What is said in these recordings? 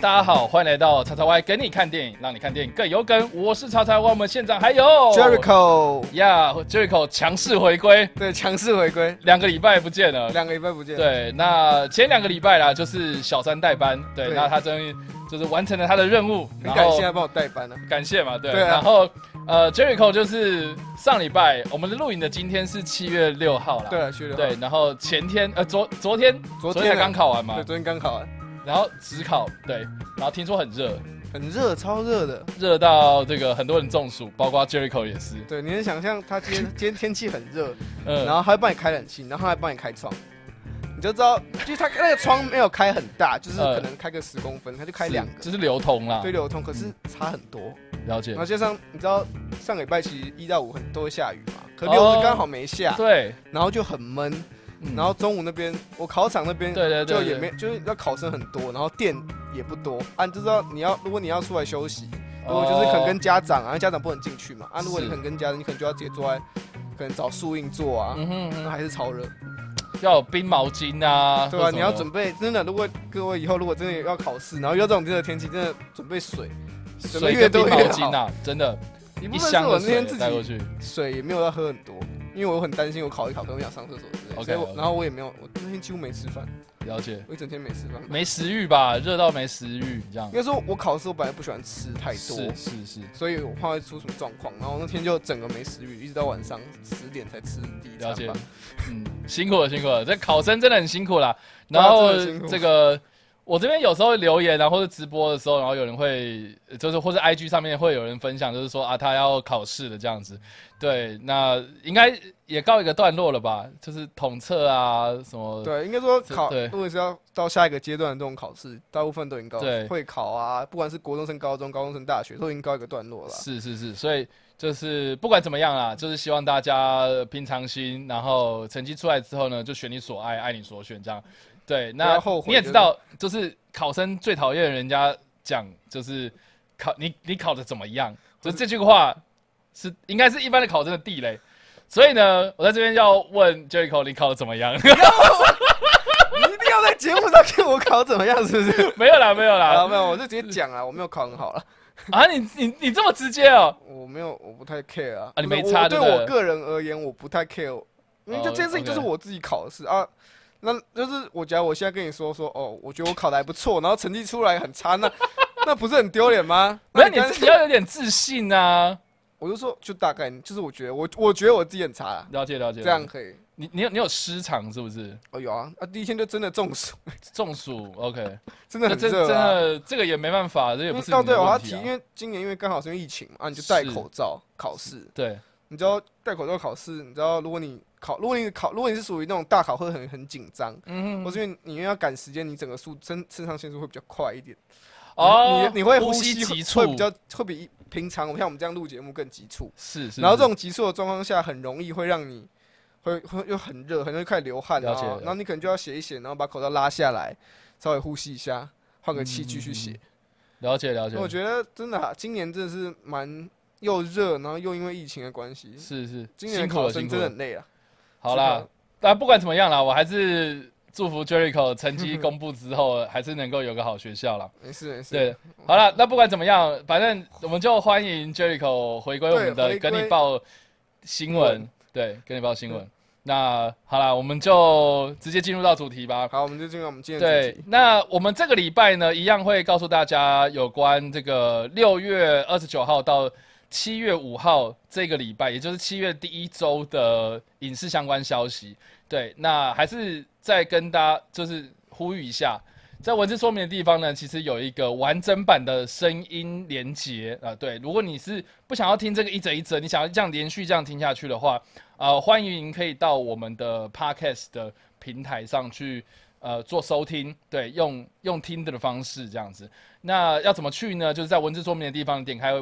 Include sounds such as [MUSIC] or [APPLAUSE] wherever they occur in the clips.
大家好，欢迎来到叉叉 Y 跟你看电影，让你看电影更有梗。我是叉叉 Y，我们现场还有 Jericho，呀、yeah,，Jericho 强势回归，对，强势回归，两个礼拜不见了。两个礼拜不见。，对，那前两个礼拜啦，就是小三代班，对，对那他终于就是完成了他的任务，很然感后谢他帮我代班啊。感谢嘛，对，对啊然后呃，Jericho 就是上礼拜我们的录影的今天是七月六号啦，对啊了，学长，对，然后前天呃昨昨天昨天啊才刚考完嘛对，，昨天刚考完，然后只考对，然后听说很热，很热，超热的。热到这个很多人中暑，包括 Jericho 也是，对，你能想象他 [LAUGHS] 今天今天天气很热，嗯，然后他会帮你开冷气，然后他还帮你开窗，你就知道，就是他那个窗没有开很大，就是呃可能开个十公分，他就开两是嗯个，就是流通啦对，流通，可是差很多。了解然后，加上你知道上个礼拜其实一到五很都会下雨嘛，可六哦日刚好没下，对，然后就很闷。嗯然后中午那边，我考场那边，对对对就也对没，就是要考生很多，然后店也不多啊，你就知道你要，如果你要出来休息，如果就是可能哦跟家长啊，家长不能进去嘛，啊，如果你是可能跟家人，你可能就要直接坐在，可能找树荫坐哦啊，嗯哼嗯哼，那还是超热，要有冰毛巾啊，对或什么吧、啊？的你要准备，真的，如果各位以后如果真的要考试，然后遇到这种热的天气，真的准备水，准备水越跟多冰毛越巾啊，真的，一部一分是箱我的那水天自带过己去，水也没有要喝很多，因为我很担心我考一考可能不想上厕所之类的 OK，所以我 OK 然后我也没有，我那天几乎没吃饭，了解，我一整天没吃饭。没食欲吧，热到没食欲这样应，该说，我考试我本来不喜欢吃太多是，是是，所以我怕会出什么状况。然后那天就整个没食欲，一直到晚上十点才吃第一餐了解吧。，嗯，辛苦了，辛苦了，这考生真的很辛苦啦。对然啊后真的辛苦这个，我这边有时候留言啊，或者直播的时候，然后有人会，呃就是或者 IG 上面会有人分享，就是说啊，他要考试了这样子。对，那应该也告一个段落了吧？就是统测啊，什么，对，应该说这考，对如果是要到下一个阶段的这种考试，大部分都已经告对会考啊，不管是国中升高中、高中升大学，都已经告一个段落了啊。是是是，所以就是不管怎么样啦，就是希望大家呃平常心，然后成绩出来之后呢，就选你所爱，爱你所选这样。对，不那要后悔你也就知是道，就是考生最讨厌人家讲，就是考你你考的怎么样，就这句话是应该是一般的考生的地雷。所以呢，我在这边要问 Jericho，你考的怎么样？ [LAUGHS] 你一定要在节目上 [LAUGHS] 看我考怎么样，是不是？没有啦，没有啊，啦。没有，我就直接讲啊，我没有考很好了，啊，你你你这么直接哦、我没有，我不太 care 啊。啊你不是没差我就对对了我个人而言，我不太 care，因为哦就这件事情就是，OK 我自己考的事啊。那就是我假如我现在跟你说说，哦，我觉得我考的还不错，然后成绩出来很差，那 [LAUGHS] 那不是很丢脸吗？没有，那你干自己要有点自信啊。我就说，就大概就是我觉得我我觉得我自己很差啦，了解了解。这样，可以。你你有你有失常是不是？哦，有啊，啊，第一天就真的中暑， [LAUGHS] 中暑，OK，真的很这热真啊。的这个也没办法，这也因不为是哦，你对，的我要问提，题因啊。为今年因为刚好是因为疫情嘛，啊，你就戴是口罩考试，对，你知道戴口罩考试，你知道如果你考，如果你考，如果你是属于那种大考会很很紧张，嗯或哼，是因为你因为要赶时间，你整个速肾肾上腺素会比较快一点，哦，你你会呼吸会急促，会比较会比平常我们像我们这样录节目更急促，是是。然后这是种急促的状况下，很容易会让你会会又很热，很容易开始流汗了解啊了，解然后你可能就要写一写，然后把口罩拉下来，稍微呼吸一下，换个气继续写。嗯了解了解我，觉得真的、啊，今年真的是蛮又热，然后又因为疫情的关系，是是，今年辛的苦考了生辛苦真的了。很累啊。好啦辛苦，但不管怎么样啦，我还是祝福 Jericho 成 [LAUGHS] 绩公布之后，还是能够有个好学校啦。没事没事，对，好了，那不管怎么样，反正我们就欢迎 Jericho 回归我们的对回归跟你报新新闻，对，跟你报新闻。那好啦，我们就直接进入到主题吧。好，我们就进入我们今天的主对题，。那我们这个礼拜呢，一样会告诉大家有关这个六月二十九号到七月五号这个礼拜，也就是七月第一周的影视相关消息。对，那还是再跟大家就是呼吁一下。在文字说明的地方呢，其实有一个完整版的声音连接啊、对，如果你是不想要听这个一整一整，你想要这样连续这样听下去的话，呃，欢迎可以到我们的 podcast 的平台上去呃做收听，对，用用听的方式这样子。那要怎么去呢？就是在文字说明的地方点开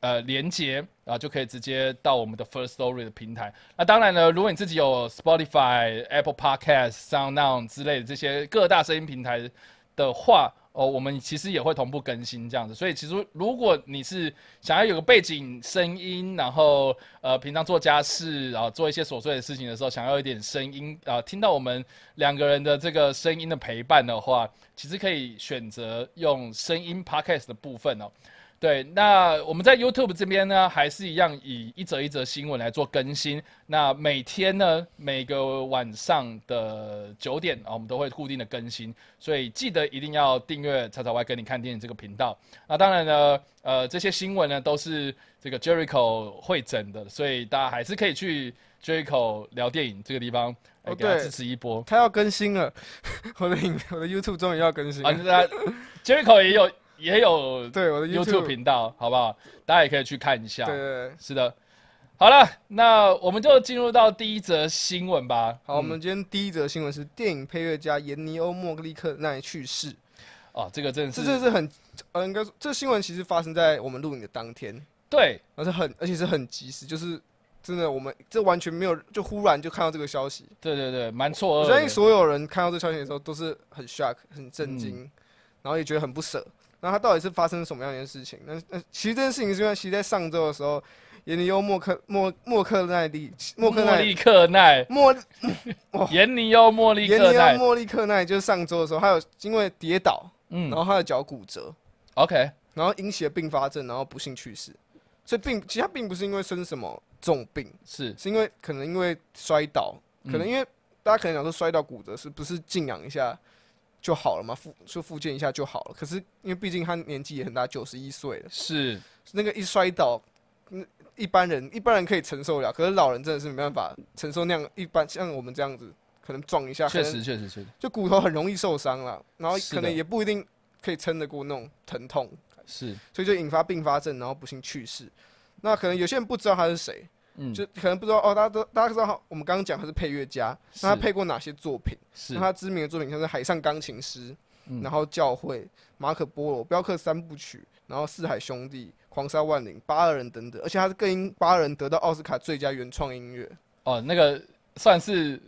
呃连接，然后就可以直接到我们的 First Story 的平台。那当然呢，如果你自己有 Spotify、Apple Podcast、SoundOn 之类的这些各大声音平台的话，哦哦，我们其实也会同步更新这样子。所以其实如果你是想要有个背景声音，然后呃平常做家事，然后做一些琐碎的事情的时候，想要一点声音啊、呃听到我们两个人的这个声音的陪伴的话，其实可以选择用声音 podcast 的部分哦。对，那我们在 YouTube 这边呢，还是一样以一则一则新闻来做更新。那每天呢，每个晚上的九点啊，我们都会固定的更新，所以记得一定要订阅“叉叉 Y 跟你看电影”这个频道。那当然呢，呃，这些新闻呢都是这个 Jericho 会诊的，所以大家还是可以去 Jericho 聊电影这个地方，来哦给他对支持一波。它要更新了， [LAUGHS] 我的影我的 YouTube 终于要更新啊，了， [LAUGHS] 那 Jericho 也有也有对我的 YouTube 频道，好不好？大家也可以去看一下。对对对，是的，好了，那我们就进入到第一则新闻吧。好，我们今天第一则新闻是电影配乐家延尼欧·莫格利克奈去世，哦，这个真的这是，这是很，呃，应该说这新闻其实发生在我们录影的当天，对而且很而且是很及时，就是真的我们这完全没有，就忽然就看到这个消息，对对哦对，蛮错我愕相信的。所有人看到这消息的时候都是很 shock、很震惊，嗯然后也觉得很不舍。那他到底是发生什么样的事情？那那其实这件事情是因为其实在上周的时候，延尼欧·莫克莫莫克奈利莫克奈利克奈，莫延尼欧·莫利延克尼欧·奈，莫利克奈就是上周的时候，他有因为跌倒，嗯然后他的脚骨折， ，OK，然后引起了并发症，然后不幸去世。所以并其实他并不是因为生什么重病，是，是因为可能因为摔倒，嗯可能因为大家可能想说摔倒骨折是不是静养一下就好了嘛，复说复健一下就好了。可是因为毕竟他年纪也很大，九十一岁了，是，那个一摔倒，嗯一般人一般人可以承受了，可是老人真的是没办法承受那样一般像我们这样子，可能撞一下，确可能实，确实，确实就骨头很容易受伤了，然后是可能的也不一定可以撑得过那种疼痛，是，所以就引发并发症，然后不幸去世。那可能有些人不知道他是谁，嗯，就可能不知道哦，大家都大家知道他，我们刚刚讲他是配乐家，是那他配过哪些作品？是那，他知名的作品像是《海上钢琴师》嗯然后《教会》、《马可波罗》、《镖客三部曲》，然后《四海兄弟》、《狂沙万灵》、《八二人》等等，而且他是更因八二人得到奥斯卡最佳原创音乐，哦，那个算是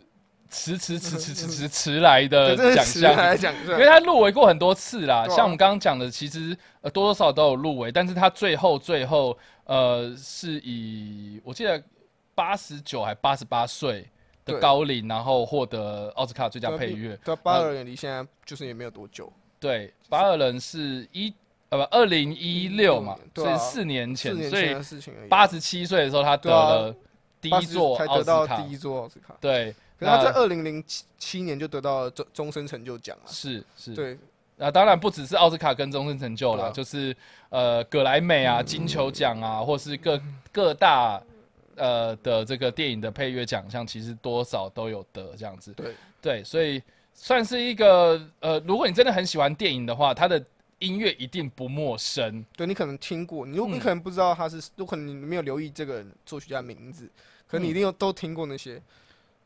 迟迟迟迟迟迟迟来的这呃奖真是实在项，来讲因这为他入围过很多次啦，啊对啊像我们刚刚讲的，其实呃多多少少都有入围，但是他最后最后呃是以我记得八十九还八十八岁的对高龄，然后获得奥斯卡最佳对啊配毕乐。对啊，八二人离现在就是也没有多久，对，八二人是一呃不二零一六嘛，对所啊以四年四前，年所前以的事情而已。八十七岁的时候他得对啊了第一座80才奥得斯到卡第，一座奥斯卡，对，可是他那在二零零七七年就得到了终终身成就奖了。是是对，那、当然不只是奥斯卡跟终身成就啦，对啊就是呃葛莱美啊、金球奖啊，或是各嗯各大呃的这个电影的配乐奖项，其实多少都有得这样子。对对，所以算是一个呃，如果你真的很喜欢电影的话，它的音乐一定不陌生。对你可能听过，你如嗯你可能不知道他是，有可能你没有留意这个人作曲家名字，可能你一定有都听过那嗯些。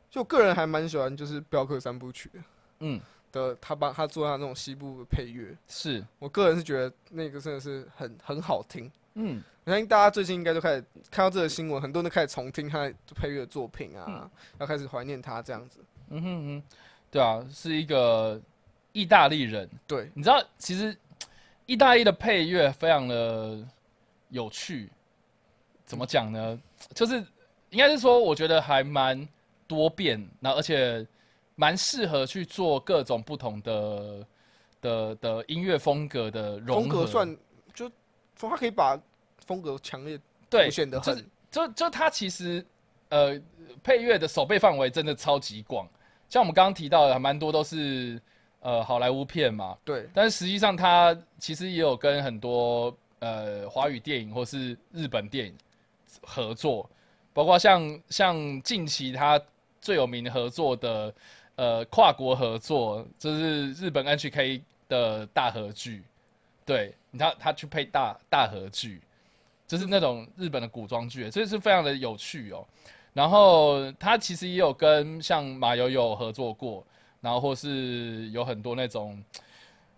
就我个人还蛮喜欢，就是《镖客三部曲》嗯，的，他帮他做他那种西部的配乐，是，我个人是觉得那个真的是很很好听。嗯，我相信大家最近应该就开始看到这个新闻，很多人都开始重听他的配乐作品啊，要开始怀念他这样子。嗯哼哼，对啊，是一个意大利人，对，你知道，其实意大利的配乐非常的有趣，怎么讲呢？就是应该是说，我觉得还蛮多变，那而且蛮适合去做各种不同的的的音乐风格的融合。风格算就说他可以把风格强烈对凸，显的就是很，就就它其实呃配乐的手背范围真的超级广，像我们刚刚提到的，还蛮多都是呃好莱坞片嘛，对但是实际上，它其实也有跟很多呃华语电影或是日本电影合作，包括像像近期它最有名的合作的呃跨国合作，就是日本 NHK 的大合剧，对，他他去配大大合剧，就是那种日本的古装剧，欸所以是非常的有趣哦。然后他其实也有跟像马友友合作过，然后或是有很多那种，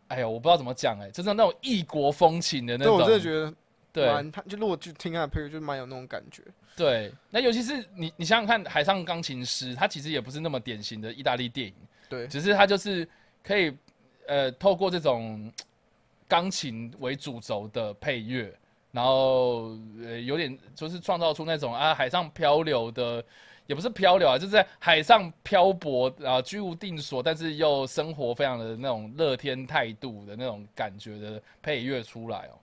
哎呦，我不知道怎么讲哎、就是那种异国风情的那对种。我真的觉得对蛮，他就如果去听他的配乐，就蛮有那种感觉。对，那尤其是你你想想看，《海上钢琴师》它其实也不是那么典型的意大利电影，对，只是它就是可以呃透过这种钢琴为主轴的配乐，然后呃有点就是创造出那种啊海上漂流的，也不是漂流啊，就是在海上漂泊啊居无定所，但是又生活非常的那种乐天态度的那种感觉的配乐出来哦，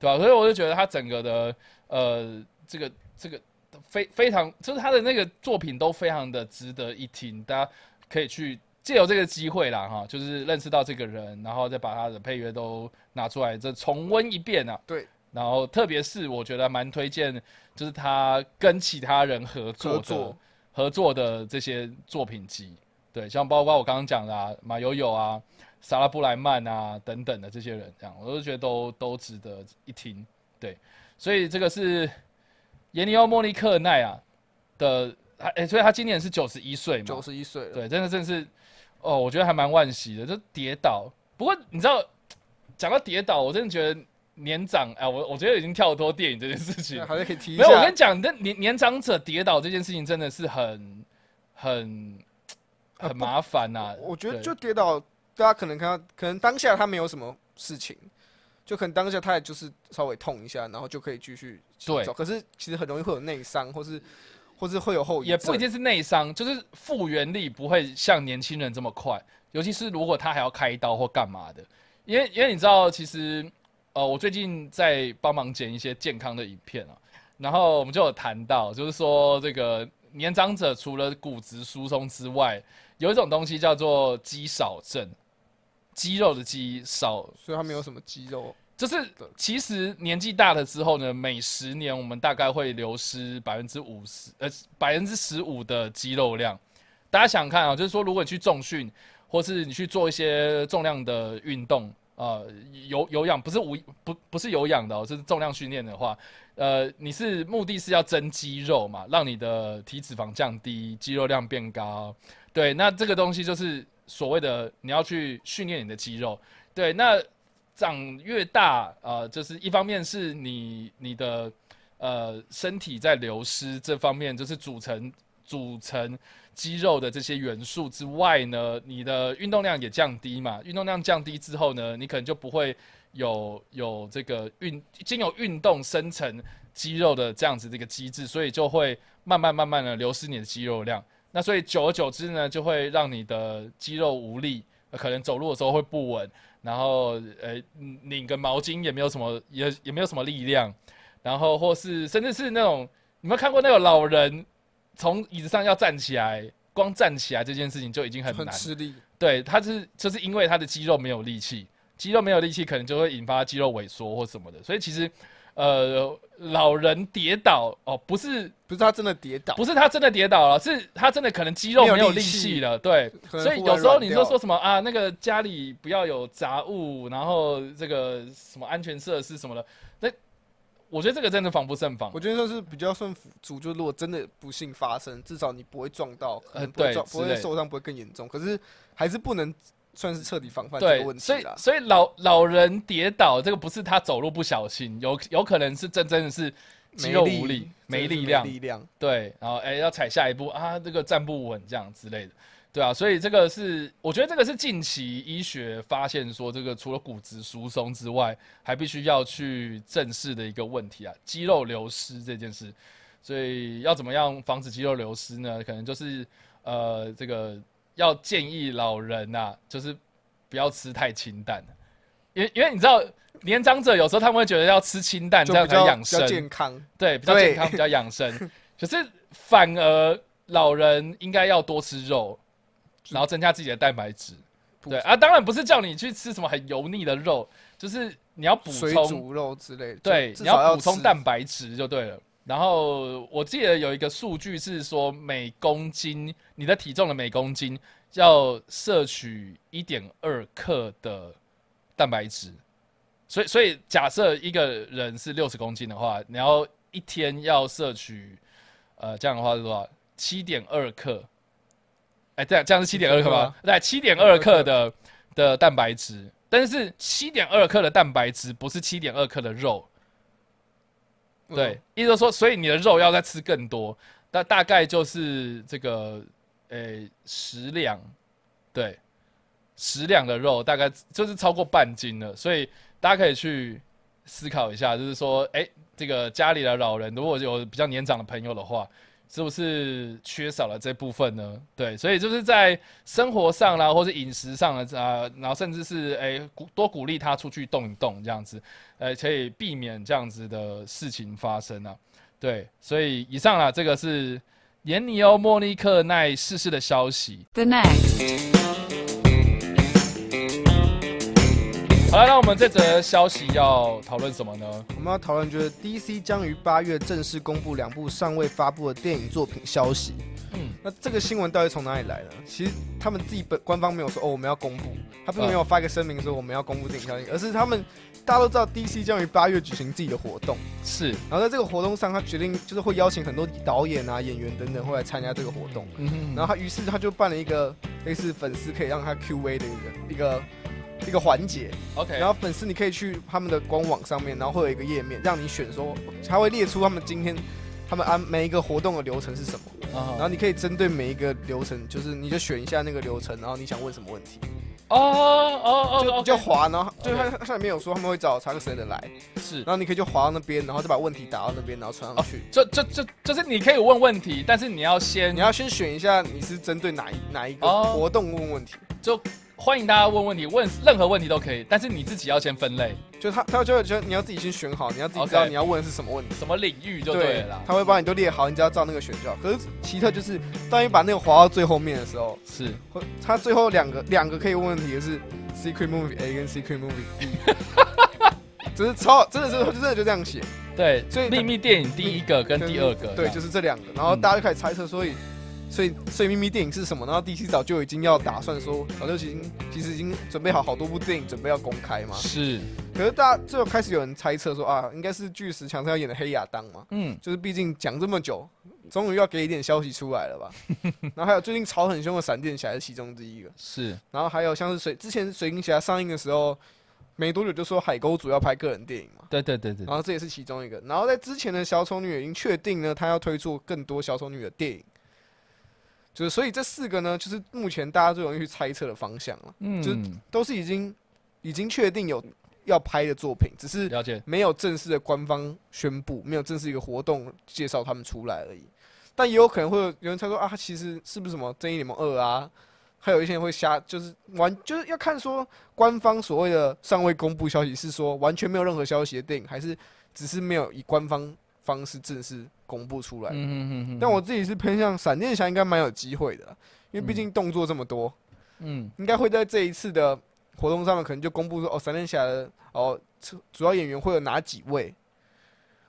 对吧、所以我就觉得他整个的呃这个这个非非常就是他的那个作品都非常的值得一听，大家可以去借由这个机会啦哈，就是认识到这个人，然后再把他的配乐都拿出来再重温一遍啊。对，然后特别是我觉得蛮推荐，就是他跟其他人合作的合作合作的这些作品集，对，像包括我刚刚讲的啊，马友友啊。莎拉布莱曼啊，等等的这些人，这样我都觉得都都值得一听。对，所以这个是耶尼欧·莫尼克奈啊的，他哎、所以他今年是九十一岁嘛，九十一岁了，对，真的真的是，哦，我觉得还蛮惋惜的，就跌倒。不过你知道，讲到跌倒，我真的觉得年长，哎、我我觉得已经跳脱电影这件事情那。还是可以提一没有，我跟下你，讲，那年年长者跌倒这件事情真的是很很很啊不麻烦呐、我觉得对就跌倒，大家可能看到，可能当下他没有什么事情，就可能当下他也就是稍微痛一下，然后就可以继续对走。可是其实很容易会有内伤，或是或是会有后遗症，也不一定是内伤，就是复原力不会像年轻人这么快，尤其是如果他还要开刀或干嘛的，因为因为你知道，其实呃，我最近在帮忙剪一些健康的影片啊，然后我们就有谈到，就是说这个年长者除了骨质疏松之外，有一种东西叫做肌少症，肌肉的肌少所以他没有什么肌肉。就是其实年纪大了之后呢，每十年我们大概会流失百分之五十，呃，百分之十五的肌肉量。大家想看啊，就是说如果你去重训，或是你去做一些重量的运动，呃，有有氧不是无不不是有氧的、哦，是重量训练的话，呃，你是目的是要增肌肉嘛，让你的体脂肪降低，肌肉量变高。对，那这个东西就是所谓的你要去训练你的肌肉。对，那长越大，呃，就是一方面是你你的呃身体在流失这方面，就是组成组成肌肉的这些元素之外呢，你的运动量也降低嘛。运动量降低之后呢，你可能就不会有有这个运经由运动生成肌肉的这样子的一个机制，所以就会慢慢慢慢的流失你的肌肉量。那所以久而久之呢，就会让你的肌肉无力，呃可能走路的时候会不稳，然后呃拧个毛巾也没有什么，也也没有什么力量，然后或是甚至是那种，你有没有看过那个老人从椅子上要站起来，光站起来这件事情就已经很很难，吃力，对，他是就是因为他的肌肉没有力气，肌肉没有力气可能就会引发肌肉萎缩或什么的，所以其实呃老人跌倒哦不是不是他真的跌倒，不是他真的跌倒了，是他真的可能肌肉没有没有力力气气了，对。可能所以忽有然时候软你掉就说什么啊，那个家里不要有杂物，然后这个什么安全设施什么的，那我觉得这个真的防不胜防我。觉得就是比较算辅助，就如果真的不幸发生，至少你不会撞到，呃可能不会对撞，之不会类的受伤，不会更严重。可是还是不能算是彻底防范这对个问，题所以啦。所以老老人跌倒，这个不是他走路不小心，有有可能是真真的是肌肉无力、没没力力真的是量没，力量。对，然后哎、要踩下一步啊，这个站不稳这样之类的，对啊，所以这个是我觉得这个是近期医学发现说，这个除了骨质疏松之外，还必须要去正视的一个问题啊，肌肉流失这件事。所以要怎么样防止肌肉流失呢？可能就是呃，这个要建议老人呐、就是不要吃太清淡，因为因为你知道年长者有时候他们会觉得要吃清淡就这样比才较养比生较，健康，对，比较对健康，比较养 [LAUGHS] 生。可是反而老人应该要多吃肉，然后增加自己的蛋白质。补对啊，当然不是叫你去吃什么很油腻的肉，就是你要补水充，煮肉之类的，对，就你至少要要补充吃蛋白质就对了。然后我记得有一个数据是说，每公斤你的体重的每公斤要摄取一点二克的蛋白质，所以所以假设一个人是六十公斤的话，你要一天要摄取，呃，这样的话是多少？七点二克，哎，这样这样是七点二克7.2吗啊？对，七点二克的的蛋白质，但是七点二克的蛋白质不是七点二克的肉，嗯对，意思就是说，所以你的肉要再吃更多，那大概就是这个，呃、十两，对，十两的肉大概就是超过半斤了，所以大家可以去思考一下，就是说，哎、这个家里的老人如果有比较年长的朋友的话，是不是缺少了这部分呢？对，所以就是在生活上啦，或是饮食上啊，啊然后甚至是哎、鼓多鼓励他出去动一动这样子，呃，可以避免这样子的事情发生啊。对，所以以上啦，这个是延尼欧莫尼克奈逝世的消息。 The next. 好了，那我们这则消息要讨论什么呢？我们要讨论就是 DC 将于八月正式公布两部尚未发布的电影作品消息。嗯嗯，那这个新闻到底从哪里来呢？其实他们自己本官方没有说哦我们要公布，他并没有发一个声明说我们要公布电影消息，而是他们大家都知道 DC 将于八月举行自己的活动，是，然后在这个活动上，他决定就是会邀请很多导演啊、演员等等会来参加这个活动。嗯哼然后他于是他就办了一个类似粉丝可以让他 Q&A 的一个一个一个环节， OK，然后粉丝你可以去他们的官网上面，然后会有一个页面让你选说，他会列出他们今天他们安每一个活动的流程是什么，啊然后你可以针对每一个流程，就是你就选一下那个流程，然后你想问什么问题，哦哦就哦，你就滑，然后就 OK 嗯他他上面有说他们会找查克谁的来，是然，后你可以就滑到那边，然后再把问题打到那边，然后传上去。就就就就是你可以问问题，但是你要先你要先选一下你是针对哪一哪一个哦活动问问题，就欢迎大家问问题，问任何问题都可以，但是你自己要先分类，就他他就会觉得你要自己先选好，你要自己知道 OK 你要问的是什么问题。什么领域就对了啦。他会帮你都列好，你只要照那个选就好。可是奇特就是，当你把那个滑到最后面的时候，是，会他最后两个两个可以问问题的是 Secret Movie A 跟 Secret Movie B，只 [LAUGHS] 是超真的是真的就这样写，对，所以秘密电影第一个跟第二个，对，就是这两个，然后大家就开始猜测，所以所以所以秘密电影是什么？然后 DC 早就已经要打算说，早就已经其实已经准备好好多部电影准备要公开嘛。是，可是大家最后开始有人猜测说啊，应该是巨石强森要演的黑亚当嘛。嗯，就是毕竟讲这么久，终于要给一点消息出来了 [LAUGHS] 吧？然后还有最近吵很凶的闪电侠是其中之一个，是，然后还有像是水之前水晶侠上映的时候，没多久就说海沟主要拍个人电影嘛，对对对对然，后这也是其中一个。然后在之前的小丑女也已经确定呢，她要推出更多小丑女的电影，就是所以这四个呢，就是目前大家最容易去猜测的方向了，就嗯，都是已经已经确定有要拍的作品，只是了解，没有正式的官方宣布，没有正式一个活动介绍他们出来而已。但也有可能会有有人猜说啊，其实是不是什么《正义联盟二》啊？还有一些人会瞎，就是完就是要看说官方所谓的尚未公布消息是说完全没有任何消息的电影，还是只是没有以官方方式正式公布出来。嗯嗯嗯，但我自己是偏向闪电侠应该蛮有机会的啦，因为毕竟动作这么多，嗯应该会在这一次的活动上面，可能就公布说哦，闪电侠的哦主主要演员会有哪几位，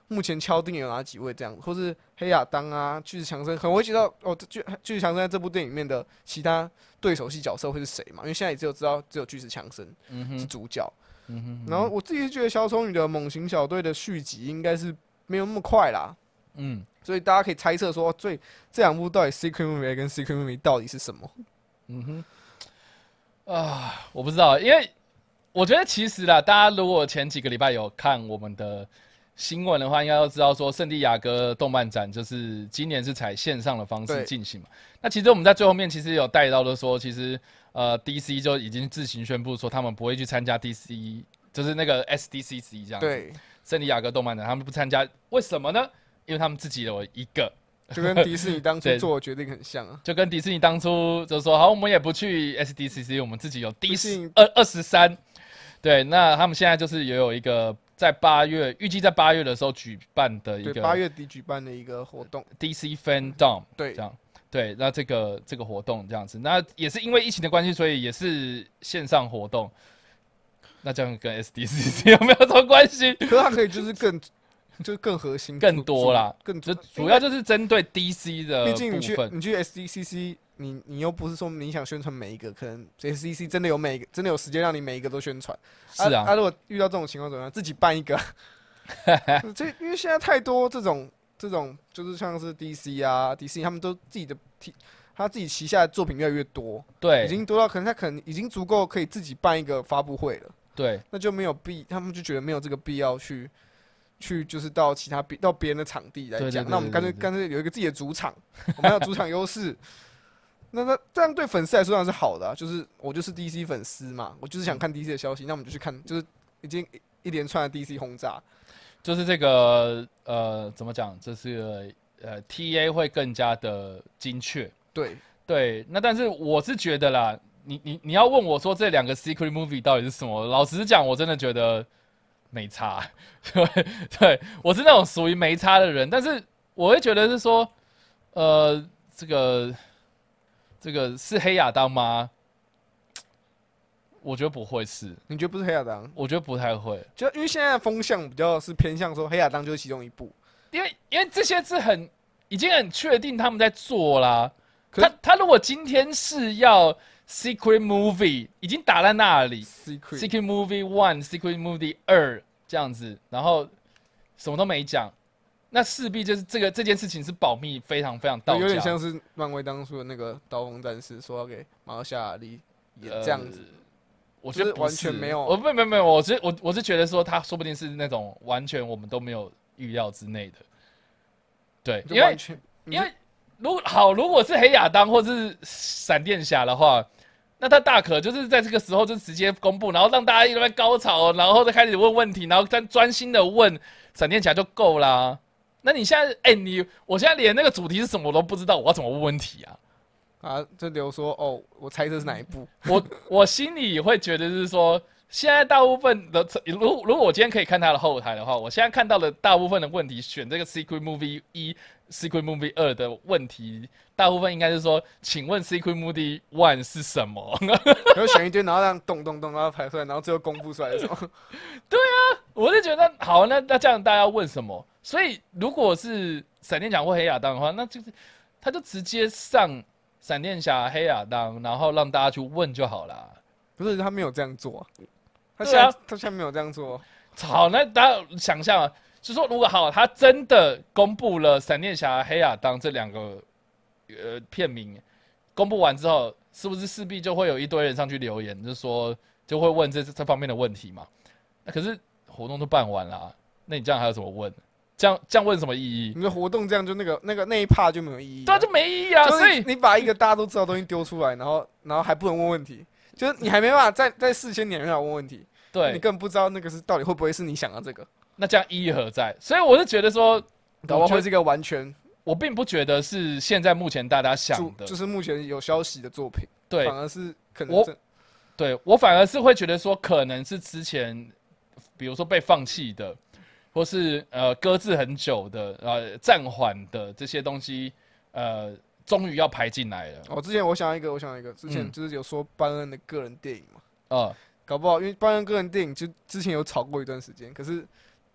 目前敲定有哪几位这样，或是黑亚当啊、巨石强森，可能会知道哦，这巨巨石强森在这部电影里面的其他对手戏角色会是谁嘛？因为现在也只有知道只有巨石强森嗯是哼主角。嗯哼，然后我自己是觉得小丑女的猛禽小队的续集应该是没有那么快啦。嗯所以大家可以猜测说，哦最这两部到底《Secret Movie》跟《Secret Movie》到底是什么？嗯哼，啊，我不知道，因为我觉得其实啦，大家如果前几个礼拜有看我们的新闻的话，应该都知道说圣地亚哥动漫展就是今年是采线上的方式对进行嘛。那其实我们在最后面其实有带到的说，其实呃，DC 就已经自行宣布说他们不会去参加 DC，就是那个 SDCC 这样子。，对，圣地亚哥动漫展他们不参加，为什么呢？因为他们自己有一个就跟迪士尼当初对做的决定很像啊。就跟迪士尼当初就说好，我们也不去 SDCC，我们自己有迪士尼士二二十三。对，那他们现在就是也有一个在八月，预计在八月的时候举办的一对，个八月底举办的一个活动， DC Fandom 对这，样。对，那这个这个活动这样子，那也是因为疫情的关系，所以也是线上活动。那这样跟 SDCC 有没有什么关系？可是它可以就是更，就是更核心，更多啦主，更就主主要就是针对 DC 的毕竟你部去分。你去 SDCC，你你又不是说你想宣传每一个，可能 SDCC 真的有每一个真的有时间让你每一个都宣传。是啊啊，如果遇到这种情况怎么样？自己办一 [LAUGHS] 个。这因为现在太多这种这种，就是像是 DC 啊，DC 他们都自己的提，他自己旗下的作品越来越多，对，已经多到可能他可能已经足够可以自己办一个发布会了。对，那就没有必，他们就觉得没有这个必要去去就是到其他别到别人的场地来对对讲，对那我们对干脆对干脆有一个自己的主场，我们要有主场优势。 [LAUGHS] 那那这样对嗯粉丝来说当然是好的、啊，就是我就是 DC 粉丝嘛，我就是想看 DC 的消息，那我们就去看，就是已经一一连串的 DC 轰炸。就是这个呃，怎么讲？这是呃，TA 会更加的精确。对，对，那但是我是觉得啦，你你你要问我说这两个 secret movie 到底是什么？老实讲，我真的觉得没差。 [LAUGHS] 对，对我是那种属于没差的人，但是我会觉得是说，呃，这个这个是黑亚当吗？我觉得不会是，你觉得不是黑亚当？我觉得不太会，就因为现在的风向比较是偏向说黑亚当就是其中一部，因为因为这些是很已经很确定他们在做啦。可他是他如果今天是要 secret movie，已经打在那里 Secret ，secret movie one、secret movie 二这样子，然后什么都没讲，那势必就是这个这件事情是保密非常非常到有点家，像是漫威当初的那个刀锋战士，说要给马尔夏利演这样子。呃我觉得就是不完全没有我没有没有没有，我是我我是觉得说他说不定是那种完全我们都没有预料之内的，对，就呃因为完全因为如好，如果是黑亚当或是闪电侠的话，那他大可就是在这个时候就直接公布，然后让大家一直在高潮，然后再开始问问题，然后再专心的问闪电侠就够啦。那你现在，哎、你我现在连那个主题是什么我都不知道，我要怎么问问题啊？啊，就留说哦，我猜这是哪一部？ [LAUGHS] 我我心里会觉得是说，现在大部分的，如如果我今天可以看他的后台的话，我现在看到的大部分的问题，选这个 Secret Movie 一、Secret Movie 二的问题，大部分应该是说，请问 Secret Movie One 是什么？ [LAUGHS] 然后选一堆，然后让咚咚咚，然后排出来，然后最后公布出来的时候，我是觉得好，那那这样大家问什么？所以如果是闪电侠或黑亚当的话，那就是他就直接上闪电侠、黑亚当，然后让大家去问就好啦。不是他没有这样做啊、他现对在、啊他现在没有这样做哦，好，那大家想象啊，就说如果好，他真的公布了闪电侠、黑亚当这两个呃片名，公布完之后，是不是势必就会有一堆人上去留言，就说就会问这这方面的问题嘛？那可是活动都办完了啊、那你这样还有什么问？这样这样问什么意义？你的活动这样就那个那个那一趴就没有意义对啊、啊，就没意义啊！就是所以你把一个大家都知道的东西丢出来，然后然后还不能问问题，就是你还没办法在在事先你还没办法问问题，你对，更不知道那个是到底会不会是你想要这个，那这样意义何在？所以我是觉得说，搞不好我觉会得是一个完全我并不觉得是现在目前大家想主的就，是目前有消息的作品，对反，而是可能我真对我反而是会觉得说，可能是之前，比如说被放弃的，或是呃搁置很久的，呃暂缓的这些东西，呃，终于要排进来了。哦，之前我想到一个，我想到一个，之前嗯就是有说班恩的个人电影嘛，呃，搞不好因为班恩个人电影就之前有炒过一段时间，可是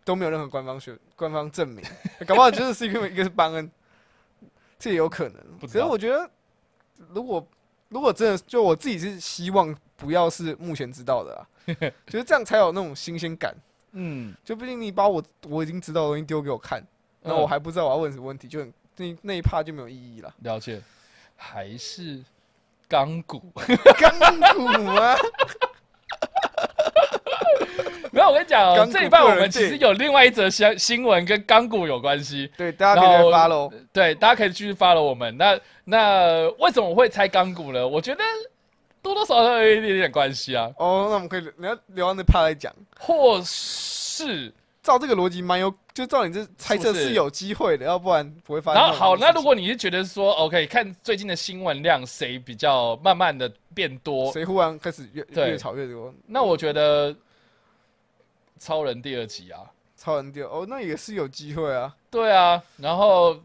都没有任何官方宣官方证明， [LAUGHS] 搞不好就是 C Q 一个是班恩，这也有可能。不可知是道我觉得，如果如果真的就我自己是希望不要是目前知道的啊， [LAUGHS] 就是这样才有那种新鲜感。嗯，就毕竟你把我我已经知道的东西丢给我看，那嗯我还不知道我要问什么问题，就很那那一趴就没有意义 [LAUGHS] 了。了解，还是钢 [LAUGHS] 骨。钢骨啊！没有，我跟你讲、哦，钢骨这礼拜我个们人其电实影有另外一则新新闻跟钢骨有关系。对，大家可以来然后 follow。对，大家可以继续发了我们。那那为什么我会猜钢骨呢？我觉得多多少少有一点点关系啊，哦，那我们可以聊，你要聊完那趴来讲。或是。照这个逻辑，蛮有，就照你这猜测是不是是有机会的，要不然不会发生然种后事情。好，那如果你是觉得说，OK，看最近的新闻量谁比较慢慢的变多，谁忽然开始越对越吵越多，那我觉得超人第二集啊，超人掉哦，那也是有机会啊。对啊，然后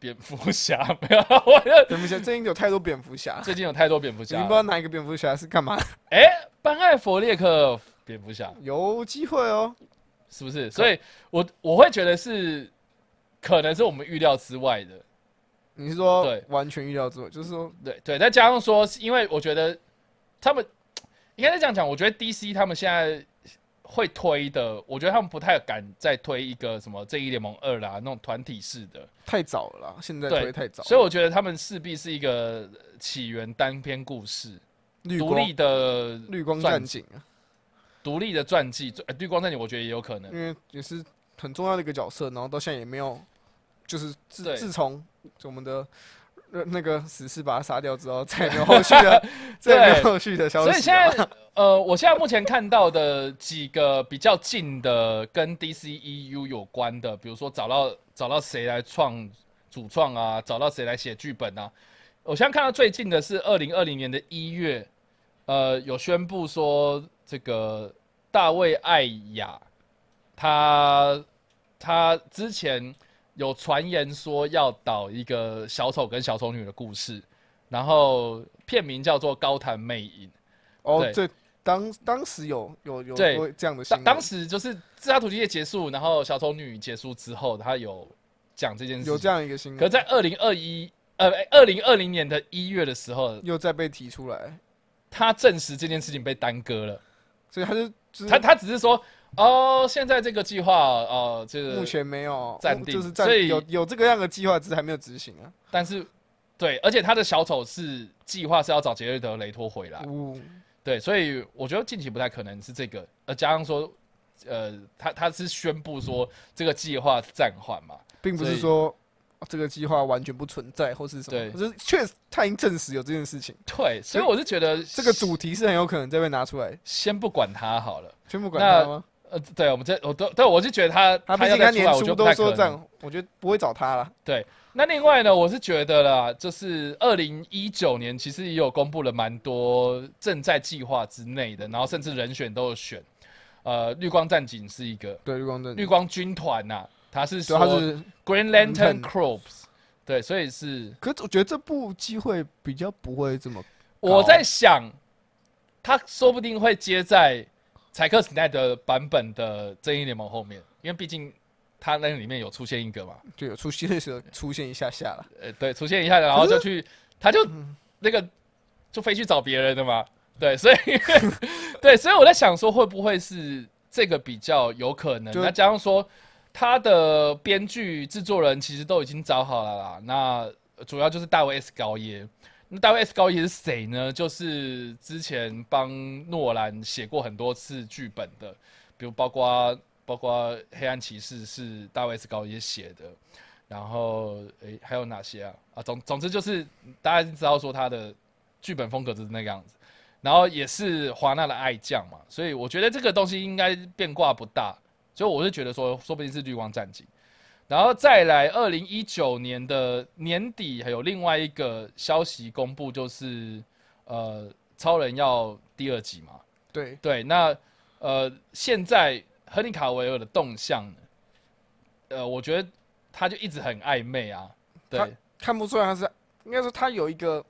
蝙蝠侠 [LAUGHS] 没有，我就蝙蝠侠最近有太多蝙蝠侠，最近有太多蝙蝠已经侠不知，道哪一个蝙蝠侠是干嘛的，哎、班艾佛列克蝙蝠侠有机会哦。是不是？所以我我会觉得是可能是我们预料之外的，你是说对完全预料之外，就是说对对，再加上说，是因为我觉得他们应该是这样讲，我觉得 DC 他们现在会推的，我觉得他们不太敢再推一个什么《正义联盟二》啦，那种团体式的，太早了啦，现在对推太早了。所以我觉得他们势必是一个呃起源单篇故事，绿独光立的绿光传战警啊，独立的传记，呃绿光战警我觉得也有可能因。为也是很重要的一个角色，然后到现在也没有，就是自对自从我们的呃那个死士把他杀掉之后，再也没有后续 [LAUGHS] 的，再也没有后续的消息所啊了。以现在，呃，我现在目前看到的几个比较近的跟 DCEU 有关的，比如说找到找到谁来创主创啊，找到谁来写剧本啊。我现在看到最近的是二零二零年的一月，呃，有宣布说这个大卫艾雅，他他之前有传言说要导一个小丑跟小丑女的故事，然后片名叫做《高谈魅影》。哦对，对，当当时有有有对过这样的新当闻，当时就是自杀突击夜结束，然后小丑女结束之后，他有讲这件事情。有这样一个新可闻，在二零二一呃二零二零年的一月的时候，又再被提出来，他证实这件事情被耽搁了。所以他就就是他他只是说哦，现在这个计划哦，这个目前没有暂定就是暂所以有有这个样的计划，只是还没有执行啊。但是对，而且他的小丑是计划是要找杰瑞德雷托回来。呜，对，所以我觉得近期不太可能是这个，呃，加上说，呃，他他是宣布说这个计划暂缓嘛，并不是所以说哦这个计划完全不存在或是什么，对就是确实他已经证实有这件事情，对，所以我是觉得这个主题是很有可能再被拿出来，先不管他好了。全部管那他吗？呃，对，我们这我都对我是觉得他他毕要再竟他出来，年我初就都不太说可这能。样，我觉得不会找他了。那另外呢，我是觉得啦，就是二零一九年其实也有公布了蛮多正在计划之内的，然后甚至人选都有选，呃，绿光战警是一个，对，绿光灯，绿光军团呐、啊他是主说要是， Green Lantern 嗯 Corps，对，所以是可是我觉得这部机会比较不会这么我在想，他说不定会接在柴克史奈德版本的《正义联盟》后面，因为毕竟他那里面有出现一个嘛，就有出现的时候出现一下下了。呃，对，出现一下，然后就去，他就那个就飞去找别人的嘛，对，所以 [LAUGHS] 对，所以我在想说，会不会是这个比较有可能？就那加上说，他的编剧、制作人其实都已经找好了啦。那主要就是大卫 S 高耶。那大卫 S 高耶是谁呢？就是之前帮诺兰写过很多次剧本的，比如包括包括《黑暗骑士》是大卫 S 高耶写的，然后诶、还有哪些啊？啊，总总之就是大家已经知道说他的剧本风格就是那个样子，然后也是华纳的爱将嘛，所以我觉得这个东西应该变卦不大，所以我是觉得说，说不定是绿光战警。然后再来，二零一九年的年底还有另外一个消息公布，就是呃，超人要第二集嘛，对，对，那呃，现在亨利卡维尔的动向呢，呃，我觉得他就一直很暧昧啊。他对看不出来他是，应该说他有一个，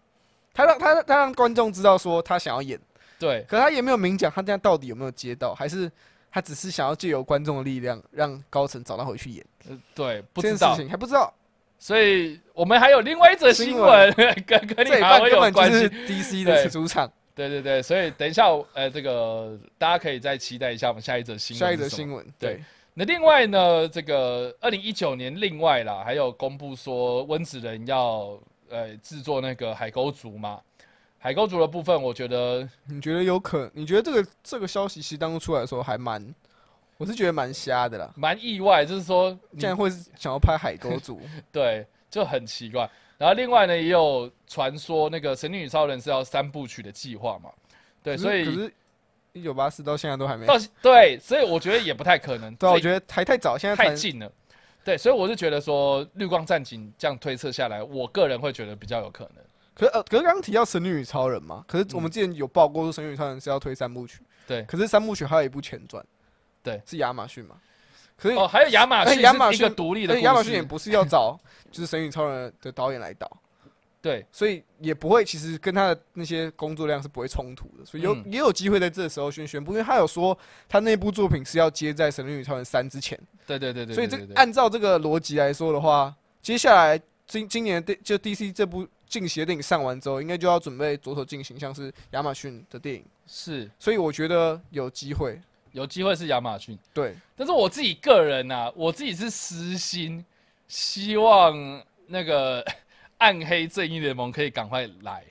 他让他他让观众知道说他想要演，对可他也没有明讲他这样到底有没有接到，还是他只是想要借由观众的力量让高层找他回去演，呃对，不这知件道事。情还不知道，所以我们还有另外一则新新闻 [LAUGHS] 闻跟跟亨这利一卡半维根有本就关系是。DC 对的主场。对对对，所以等一下，呃，这个大家可以再期待一下我们下一则新闻。下一则新。闻，对对，那另外呢，这个二零一九年另外啦，还有公布说温子仁要呃制作那个海沟族嘛，海沟族的部分，我觉得你觉得有可？你觉得这个这个消息其实当初出来的时候还蛮，我是觉得蛮瞎的啦，蛮意外，就是说你竟然会想要拍海沟组，对，就很奇怪。然后另外呢，也有传说那个《神力女超人》是要三部曲的计划嘛，对，可是所可以是一九八四到现在都还没，到对，所以我觉得也不太可能，对啊，所我以觉得还太早，现在太谈近了。对，所以我是觉得说绿光战警这样推测下来，我个人会觉得比较有可能。可是呃，可是刚刚提到《神力女超人》嘛，可是我们之前有报过说《神力女超人》是要推三部曲，嗯对可是三部曲还有一部前传，对，是亚马逊嘛？可是哦，还有亚马哎逊，亚马一个逊独立而的故且事，亚马逊也不是要找 [LAUGHS] 就是《神力女超人》的导演来导，对，所以也不会其实跟他的那些工作量是不会冲突的，所以有、嗯也有机会在这时候宣宣布，因为他有说他那部作品是要接在《神力女超人三》之前，对对对对，所以对这对对按照这个逻辑来说的话，接下来今今年的电就 DC 这部进行的电影上完之后，应该就要准备着手进行像是亚马逊的电影，是所以我觉得有机会。有机会是亚马逊。对，但是我自己个人呐、我自己是私心，希望那个 [LAUGHS] 暗黑正义联盟可以赶快来。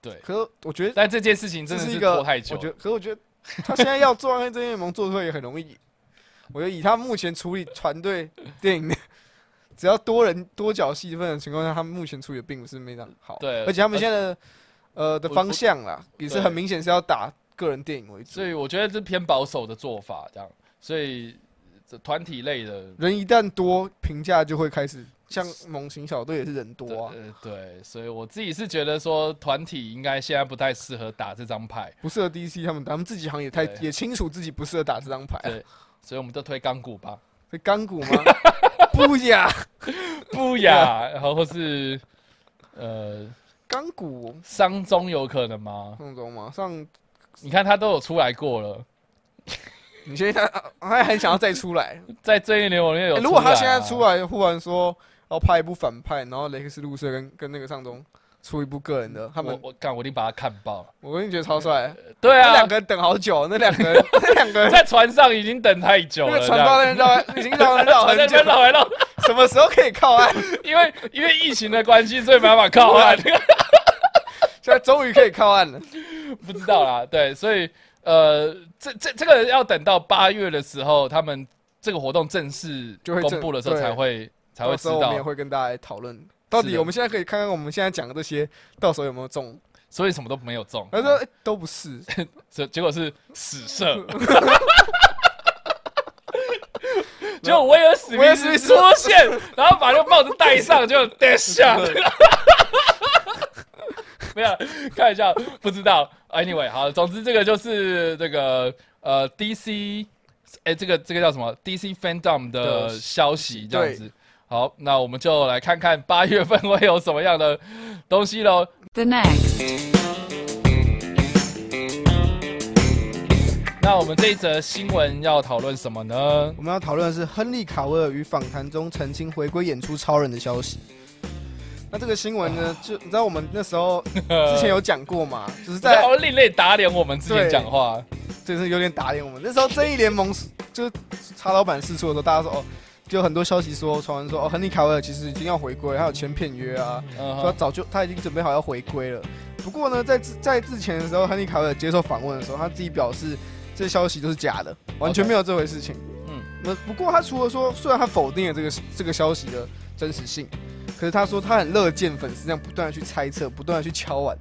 对，可我觉得但这件事情这真的一是个，拖我太久觉了。得，可我觉得他现在要做《暗黑正义联盟》做出来也很容易。我觉得以他目前处理团队电影的只要多人多角戏份的情况下，他们目前处理的并不是非常好。对而且他们现在的呃的我方向啦，也是对很明显是要打个人电影为主所。以我觉得这偏保守的做法，这样，所以这团体类的，人一旦多，评价就会开始像猛禽小队也是人多啊，呃，对，所以我自己是觉得说团体应该现在不太适合打这张牌，不适合 DC 他们打，他们自己好像也太对也清楚自己不适合打这张牌啊、对，所以我们就推钢骨 [LAUGHS] 吧，会干股吗？不呀，不雅，然后或是呃干股伤中有可能吗？那种马上，你看他都有出来过了，你现在啊还很想要再出来，在正义联盟里面有、啊欸如果他现在出，来，忽然说要拍一部反派，然后雷克斯·路瑟跟跟那个上中出一部个人的，他们我我干，我一定把他看爆了。我跟你觉得超帅。对那啊两，个人等好久，那两个人，那两个人，在船上已经等太 [LAUGHS] 久那了，个船这样包在那绕，已经绕了绕很船在那久边，绕来绕去什么时候可以靠岸？因为因为疫情的关系，所以没办法靠 [LAUGHS] 岸，现在终于可以靠岸了。不知道啦。对，所以呃，这这这个要等到八月的时候，他们这个活动正式就会正公布的时候对才会才会到知时候我们也道，会跟大家来讨论，到是底的我们现在可以看看我们现在讲的这些，到时候有没有中？所以什么都没有中。他说、欸都不是，结结果是死射。 [LAUGHS] 结果威尔史威尔密史密斯出斯现，然后把那个帽子戴上，就 dash 下。 [LAUGHS] 没有，看一下，不知道。Anyway，好，总之这个就是这个呃 DC，哎、这个这个叫什么 DC fandom 的对消息这样对子。好，那我们就来看看八月份会有什么样的东西喽。 The next. 那我们这一则新闻要讨论什么呢？我们要讨论的是亨利·卡维尔于访谈中澄清回归演出超人的消息。那这个新闻呢，就你知道我们那时候 [LAUGHS] 之前有讲过嘛，就是在在好像另类打脸我们之前对讲话，就是有点打脸我们。那时候正义联盟就是查老板试出的时候，大家说哦，就很多消息说传闻说哦，亨利·卡维尔其实已经要回归，还有签片约啊，嗯说哼，早就他已经准备好要回归了。不过呢，在之在之前的时候，亨利·卡维尔接受访问的时候，他自己表示这消息都是假的，完全 OK 没有这回事情。嗯嗯，那不过他除了说，虽然他否定了这个这个消息的真实性，可是他说他很乐见粉丝这样不断的去猜测，不断的去敲碗。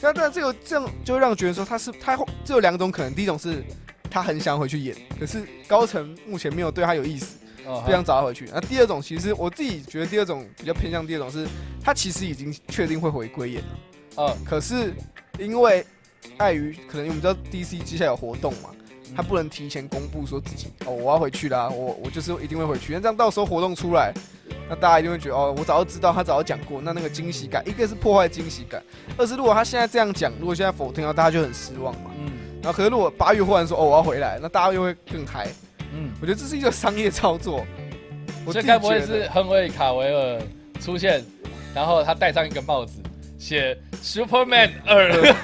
那但这个这样就让觉得说他是他只有两种可能，第一种是他很想回去演，可是高层目前没有对他有意嗯思。非常早回去。那第二种，其实我自己觉得第二种比较偏向第二种是，他其实已经确定会回归演，嗯可是因为碍于可能我们知道 DC 接下来有活动嘛，他不能提前公布说自己哦我要回去啦，我我就是一定会回去。那这样到时候活动出来，那大家一定会觉得哦我早就知道，他早就讲过，那那个惊喜感，一个是破坏惊喜感，二是如果他现在这样讲，如果现在否定了，大家就很失望嘛。嗯然后可是如果八月忽然说哦我要回来，那大家又会更嗨。嗯，我觉得这是一个商业 [LAUGHS] 操作。我这自己该不会觉得是亨利卡维尔出现，然后他戴上一个帽子，写 Superman 嗯二，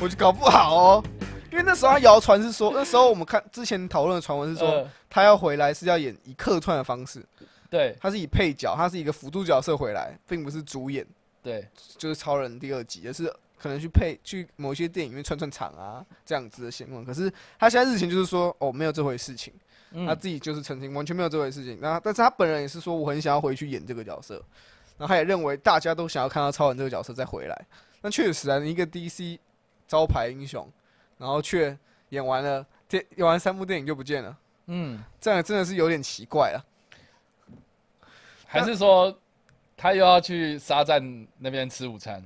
我就搞不好哦，因为那时候他谣传是说，那时候我们看之前讨论的传闻是说，呃他要回来是要演以客串的方式，对他是以配角，他是一个辅助角色回来，并不是主演，对，就是超人第二集，而是可能去配去某些电影院串串场啊这样子的新闻。可是他现在日前就是说，哦，没有这回事情，他嗯，自己就是澄清完全没有这回事情。那但是他本人也是说，我很想要回去演这个角色，然后他也认为大家都想要看到超人这个角色再回来。那确实啊，你一个 DC 招牌英雄，然后却演完了电演完三部电影就不见了，嗯，这样真的是有点奇怪啊。 [LAUGHS] 还是说他又要去沙站那边吃午餐？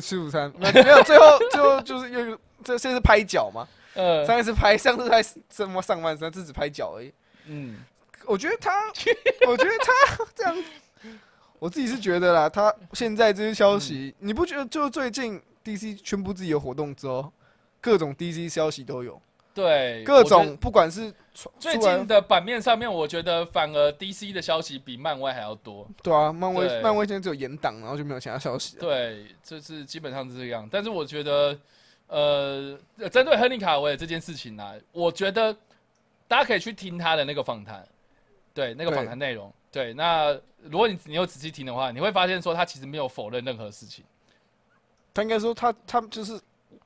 吃午餐没有没有，最后 [LAUGHS] 最后就是又这这是拍脚嘛？呃，上一次拍上次拍什么上半身，这只拍脚而已。嗯，我觉得他， [LAUGHS] 我觉得他这样，我自己是觉得啦，他现在这些消息，嗯你不觉得就最近 DC 宣布自己的活动之后，各种 DC 消息都有，对，各我觉种得不管是出最出来近的版面上面，我觉得反而 DC 的消息比漫威还要多。对啊，漫对威漫威现在只有严档，然后就没有其他消息了。对，就是基本上是这样。但是我觉得，呃，针对亨利卡维尔这件事情呢、我觉得大家可以去听他的那个访谈，对那个访谈内容。对，那如果你你有仔细听的话，你会发现说他其实没有否认任何事情，他应该说他他就是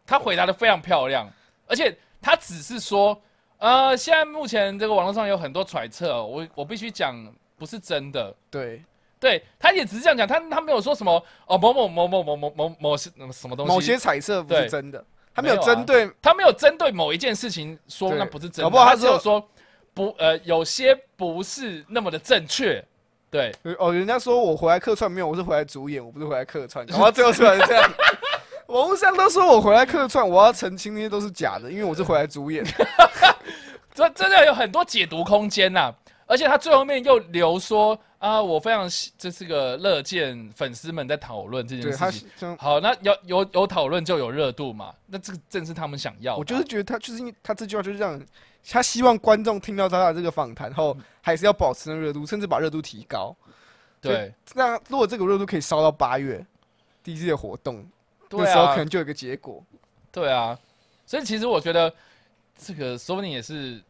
他回答的非常漂亮，而且他只是说，呃，现在目前这个网络上有很多揣测哦、我我必须讲不是真的。对，对，他也只是这样讲，他他没有说什么哦某某某某某某某某是什么东西，某些猜测不对是真的，他没有没有啊针对他没有针对某一件事情说对那不是真的，搞不好他他只有说说不呃有些不是那么的正确，对，哦，人家说我回来客串没有，我是回来主演，我不是回来客串，然后最后出来是 [LAUGHS] 这样。网络上都说我回来客串，我要澄清那些都是假的，因为我是回来主演。这真的有很多解读空间呐、而且他最后面又留说啊，我非常喜这是个乐见粉丝们在讨论这件对他事是情。像，好，那有有有讨论就有热度嘛，那这个正是他们想要的啊。我就是觉得他就是因为他这句话就是让他希望观众听到他的这个访谈后，还是要保持那个热度，甚至把热度提高。对那如果这个热度可以烧到八月第一季的活动，那对时候可啊能就有一个结果，对啊，所以其实我觉得这个说不定也是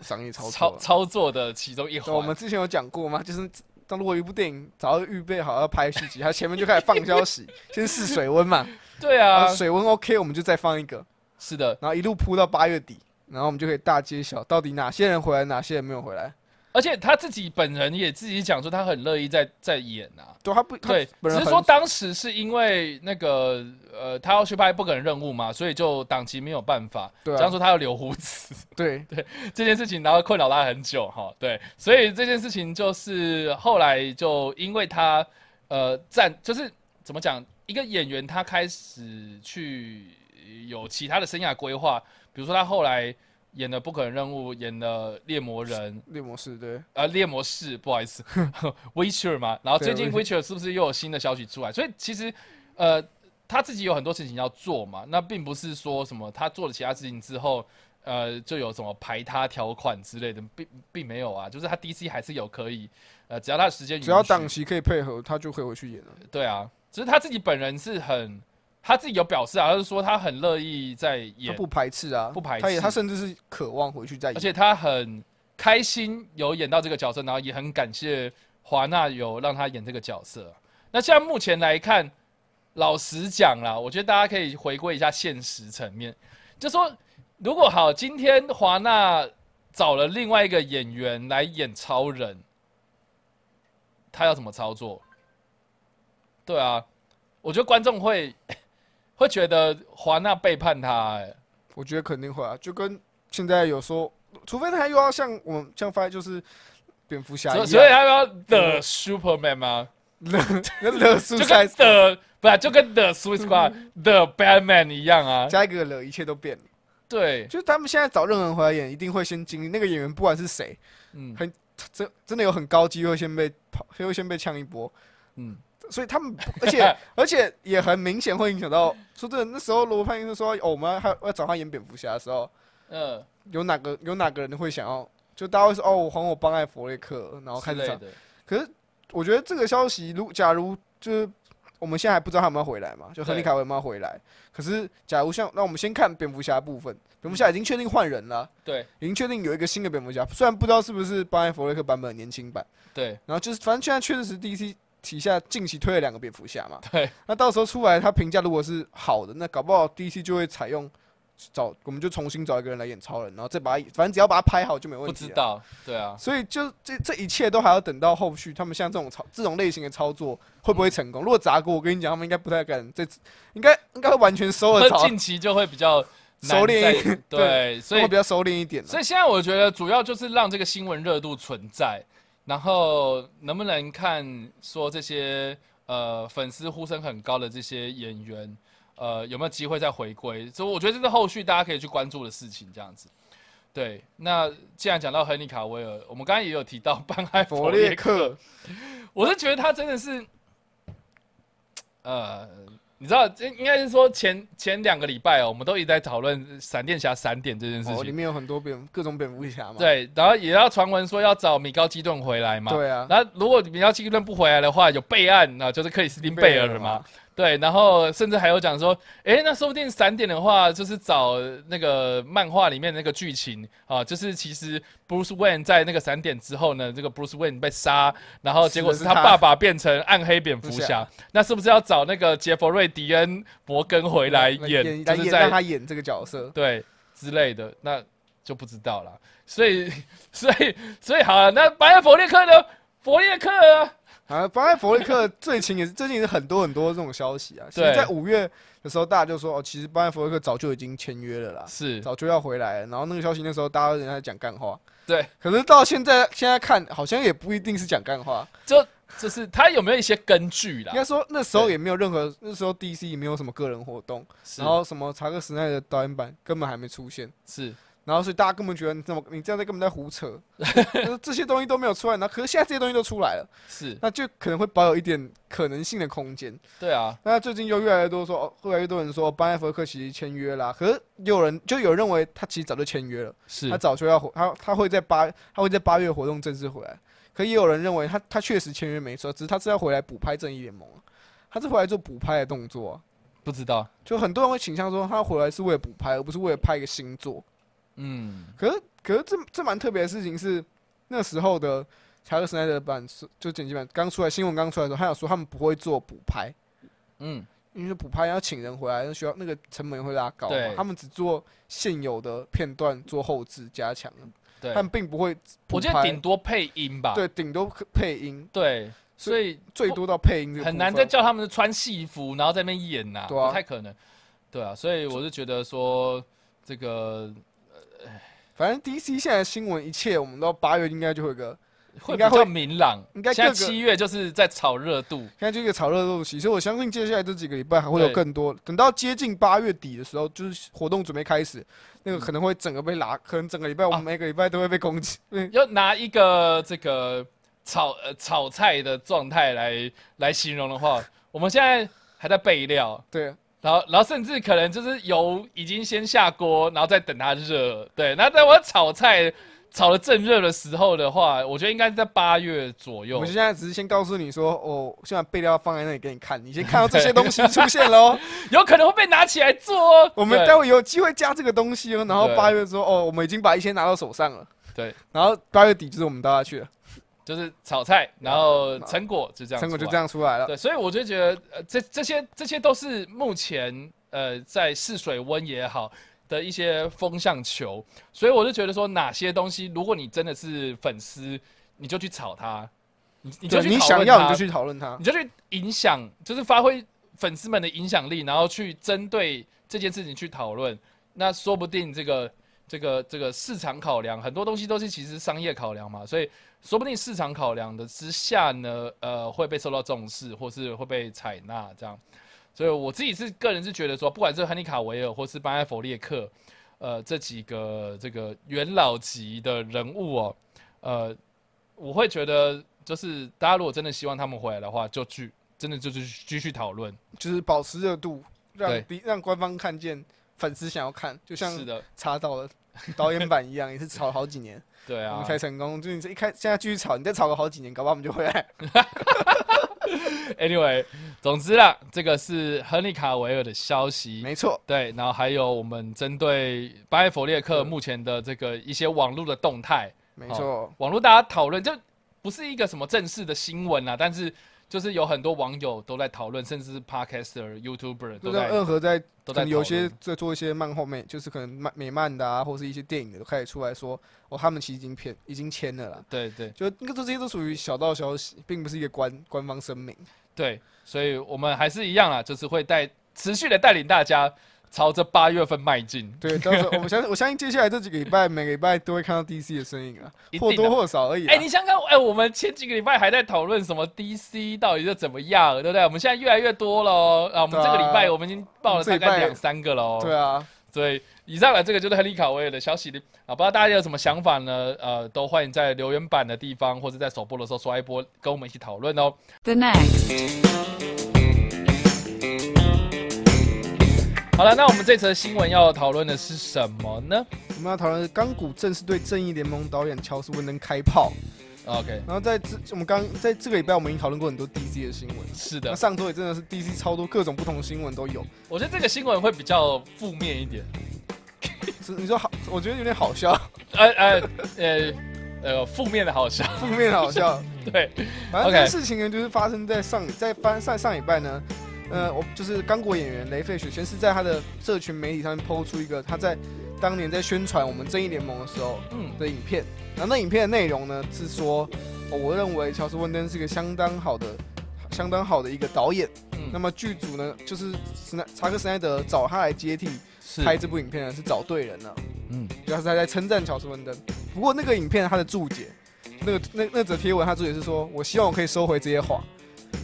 商业操作操啊。操作的其中一环。我们之前有讲过吗？就是当如果一部电影早就预备好要拍续集，它前面就开始放消 [LAUGHS] 息，先试水温嘛，对然啊后，水温 OK，我们就再放一个，是的，然后一路铺到八月底，然后我们就可以大揭晓到底哪些人回来，哪些人没有回来。而且他自己本人也自己讲说，他很乐意在在演啊。对，他不，他对，本只人是说当时是因为那个呃，他要去拍不可能任务嘛，所以就档期没有办法。对这样啊，说他要留胡子对，这件事情，然后困扰他很久哈。对，所以这件事情就是后来就因为他呃站就是怎么讲，一个演员他开始去有其他的生涯规划，比如说他后来演了不可能任务，演了猎魔人，猎魔士对，呃，猎魔士，不好意思 [LAUGHS] ，Witcher 嘛。然后最近对 Witcher 是不是又有新的消息出来？所以其实，呃，他自己有很多事情要做嘛。那并不是说什么他做了其他事情之后，呃，就有什么排他条款之类的，并并没有啊。就是他 DC 还是有可以，呃，只要他的时间允许，只要档期可以配合，他就可以回去演了。对啊，只是他自己本人是很，他自己有表示啊，他是说他很乐意在他演，不排斥啊，不排斥他也他甚至是渴望回去再而演。且他很开心有演到这个角色，然后也很感谢华纳有让他演这个角色。那现在目前来看，老实讲啦，我觉得大家可以回归一下现实层面，就说如果好，今天华纳找了另外一个演员来演超人，他要怎么操作？对啊，我觉得观众会 [LAUGHS] 会觉得华纳背叛他、欸，我觉得肯定会啊，就跟现在有说，除非他又要像我们像发就是蝙蝠啊侠所以一样，所以他啊要 The Superman 吗？ [LAUGHS] 那惹素就材跟呃 The 不啊就跟 The Swiss Squad、The Batman 一样啊。嗯加一个惹，一切都变了。对，就是他们现在找任何人回来演，一定会先经历那个演员，不管是谁，嗯真真的有很高机会先被跑，会先被呛一波。嗯，所以他们 [LAUGHS] 不，而且而且也很明显会影响到。说真的，那时候罗伯·潘丁说，哦，我们还要找他演蝙蝠侠的时候，嗯，有哪个有哪个人会想要？就大家会说，哦，我还我帮爱佛雷克，然后开之始类找。的。可是我觉得这个消息，如假如就是我们现在还不知道他有没有回来嘛，就亨利对卡维有没有回来。可是假如像，那我们先看蝙蝠侠的部分，蝙蝠侠已经确定换人了。啊对已经确定有一个新的蝙蝠侠，虽然不知道是不是巴恩弗雷克版本的年轻版，对然后就是反正现在确实是 DC 旗下近期推了两个蝙蝠侠嘛，对，那到时候出来他评价如果是好的，那搞不好 DC 就会采用找我们就重新找一个人来演超人，然后再把他反正只要把他拍好就没问不题知了。道，对啊，所以就这这一切都还要等到后续，他们像这种操这种类型的操作会不会成功？如果砸锅，我跟你讲，他们应该不太敢这次，应该应该会完全收了那槽，近期就会比较难收敛一再点，对，所以会比较收敛一点啊了。所以现在我觉得主要就是让这个新闻热度存在，然后能不能看说这些呃粉丝呼声很高的这些演员，呃有没有机会再回归？所以我觉得这是后续大家可以去关注的事情，这样子。对，那既然讲到亨利卡维尔，我们刚刚也有提到班 [LAUGHS] 艾佛佛列列克，我是觉得他真的是，呃，你知道，这应该是说前前两个礼拜哦，我们都一直在讨论闪电侠闪点这件事哦，情里。面有很多蝙各种蝙蝠侠嘛。对，然后也要传闻说要找米高基顿回来嘛。。对啊，然后如果米高基顿不回来的话，有备案啊，就是克里斯汀贝尔嘛。，对，然后甚至还有讲说，诶，那说不定闪点的话，就是找那个漫画里面那个剧情啊，就是其实 Bruce Wayne 在那个闪点之后呢，这个 Bruce Wayne 被杀，然后结果是死的他是他爸爸变成暗黑蝙蝠是啊侠，那是不是要找那个杰弗瑞·迪恩·摩根回来来演，来就是演在 [LAUGHS] 让他演这个角色，对之类的。那就不知道了。所以，所以，所以好了，那白尔佛列克呢？佛列克啊，啊，巴塞弗利克最近也是最近也是很多很多这种消息啊。其实对在五月的时候，大家就说哦，其实巴塞弗利克早就已经签约了啦，是早就要回来了。然后那个消息那时候大家都在讲干话，对，可是到现在现在看好像也不一定是讲干话，就就是他有没有一些根据啦应？该说那时候对也没有任何，那时候 DC 也没有什么个人活动，是然后什么查克史奈的导演版根本还没出现。是然后，所以大家根本觉得你怎么你这样在根本在胡扯， [LAUGHS] 就是这些东西都没有出来。然后，可是现在这些东西都出来了，是，那就可能会保有一点可能性的空间。对啊，那最近又越来越多说，哦越来越多人说班艾弗克其实签约啦，可是有人就有认为他其实早就签约了，是他早就要回他他会在八他会在八月活动正式回来，可也有人认为他他确实签约没错，只是他是要回来补拍正义联盟，啊他是回来做补拍的动作啊、不知道，就很多人会倾向说他回来是为了补拍，而不是为了拍一个新作。嗯，可是可是这这蛮特别的事情是，那时候的查克·史奈德版是就剪辑版刚出来新闻刚出来的时候，他有说他们不会做补拍。嗯，因为补拍要请人回来，那需要那个成本会拉高嘛对他们只做现有的片段做后置加强，对啊他，们并不会补我拍。觉得顶多配音吧，对顶多可配音，对，所以最多到配音这个很部难分再叫他们穿戏服，然后在那边演呐、对啊不太可能。对啊，所以我就觉得说，这个反正 DC 现在新闻一切，我们到八月应该就会有一个，会比应该较会明朗。应该现在各个七月就是在炒热度，现在就一个炒热度期，所以我相信接下来这几个礼拜还会有对更多。等到接近八月底的时候，就是活动准备开始，那个可能会整个被拉，可能整个礼拜我嗯啊们每个礼拜都会被攻击。 [LAUGHS] 对要拿一个这个炒呃炒菜的状态来来形容的话， [LAUGHS] 我们现在还在备料，对，啊然后然后甚至可能就是油已经先下锅，然后再等它热。对，那在我炒菜炒的正热的时候的话，我觉得应该是在八月左我右们。现在只是先告诉你说，哦，现在备料放在那里给你看，你先看到这些东西出现喽。 [LAUGHS] 有可能会被拿起来做哦。我们对待会有机会加这个东西哦。然后对八月说，哦，我们已经把一些拿到手上了。对，然后八月底就是我们到下去了，就是炒菜，然后成果就这样，成果就这。样出来了。啊对，所以我就觉得，呃，这这些这些都是目前呃在试水温也好的一些风向球，所以我就觉得说，哪些东西，如果你真的是粉丝，你就去炒它，你你就对去你讨想论要它你就去讨论它你。就去影响，就是发挥粉丝们的影响力，然后去针对这件事情去讨论。那说不定这个这个这个市场考量，很多东西都是其实商业考量嘛，所以说不定市场考量的之下呢，呃，会被受到重视，或是会被采纳这样。所以我自己是个人是觉得说，不管是亨利卡维尔或是班艾弗列克，呃，这几个这个元老级的人物哦，呃，我会觉得，就是大家如果真的希望他们回来的话，就去真的就是继续讨论。就是保持热度，对让敌让官方看见，粉丝想要看，就像是的，查到了导演版一样，也是炒了好几 [LAUGHS] 年，对我啊们，才成功。就是你一开现在继续炒，你再炒个好几年，搞不好我们就回啊来。 Anyway，总之啦，这个是亨利卡维尔的消息。没错，对，然后还有我们针对巴耶佛列克嗯目前的这个一些网络的动态，没错，网络大家讨论，就不是一个什么正式的新闻啦，但是就是有很多网友都在讨论，甚至是 podcaster、YouTuber 就都让在任何在都可在能有讨论些在做一些漫后面，就是可能漫美漫的啊，或是一些电影的都开始出来说，哦，他们其实已经骗已经签了啦。对对就那个这些都属于小道消息，并不是一个官官方声明。对，所以我们还是一样啦，啊就是会带持续的带领大家朝着八月份迈进，对，到时候我们相 [LAUGHS] 信，我相信接下来这几个礼拜，每个礼拜都会看到 DC 的身影啊，一定或多的或少而已啦。啊哎、你想想看，哎、我们前几个礼拜还在讨论什么 DC 到底是怎么样，对不对？我们现在越来越多了哦。啊，我们对这啊个礼拜我们已经报了大我们概这礼拜两三个了哦。对啊，所以以上啊呢，这个就是亨利卡维尔的消息啊，不知道大家有什么想法呢？呃，都欢迎在留言板的地方或者在首播的时候刷一波，跟我们一起讨论哦。 The next. 好了，那我们这则新闻要讨论的是什么呢我们要讨论的是钢骨正式对《正义联盟》导演乔斯·温登开炮。 ？OK，然后在这，我们刚在这个礼拜，我们已经讨论过很多 DC 的新闻。是那的，上周也真的是 DC 超多各种不同的新闻都有。我觉得这个新闻会比较负面一点。是你说好，我觉得有点好笑，呃 [LAUGHS] 呃呃呃，负面的好笑，负面好笑。对，反正这 OK 件事情呢，就是发生在上在翻上上礼拜呢，呃，我就是刚果演员雷费雪先是在他的社群媒体上面抛出一个他在当年在宣传我们正义联盟的时候嗯的影片。然后那影片的内容呢是说、哦我认为乔斯·温登是一个相当好的、相当好的一个导演。嗯那么剧组呢，就是史奈查克·史奈德找他来接替是拍这部影片呢，是找对人了。嗯就是他在称赞乔斯·温登。不过那个影片他的注解，那个那那则贴文他注解是说，我希望我可以收回这些话。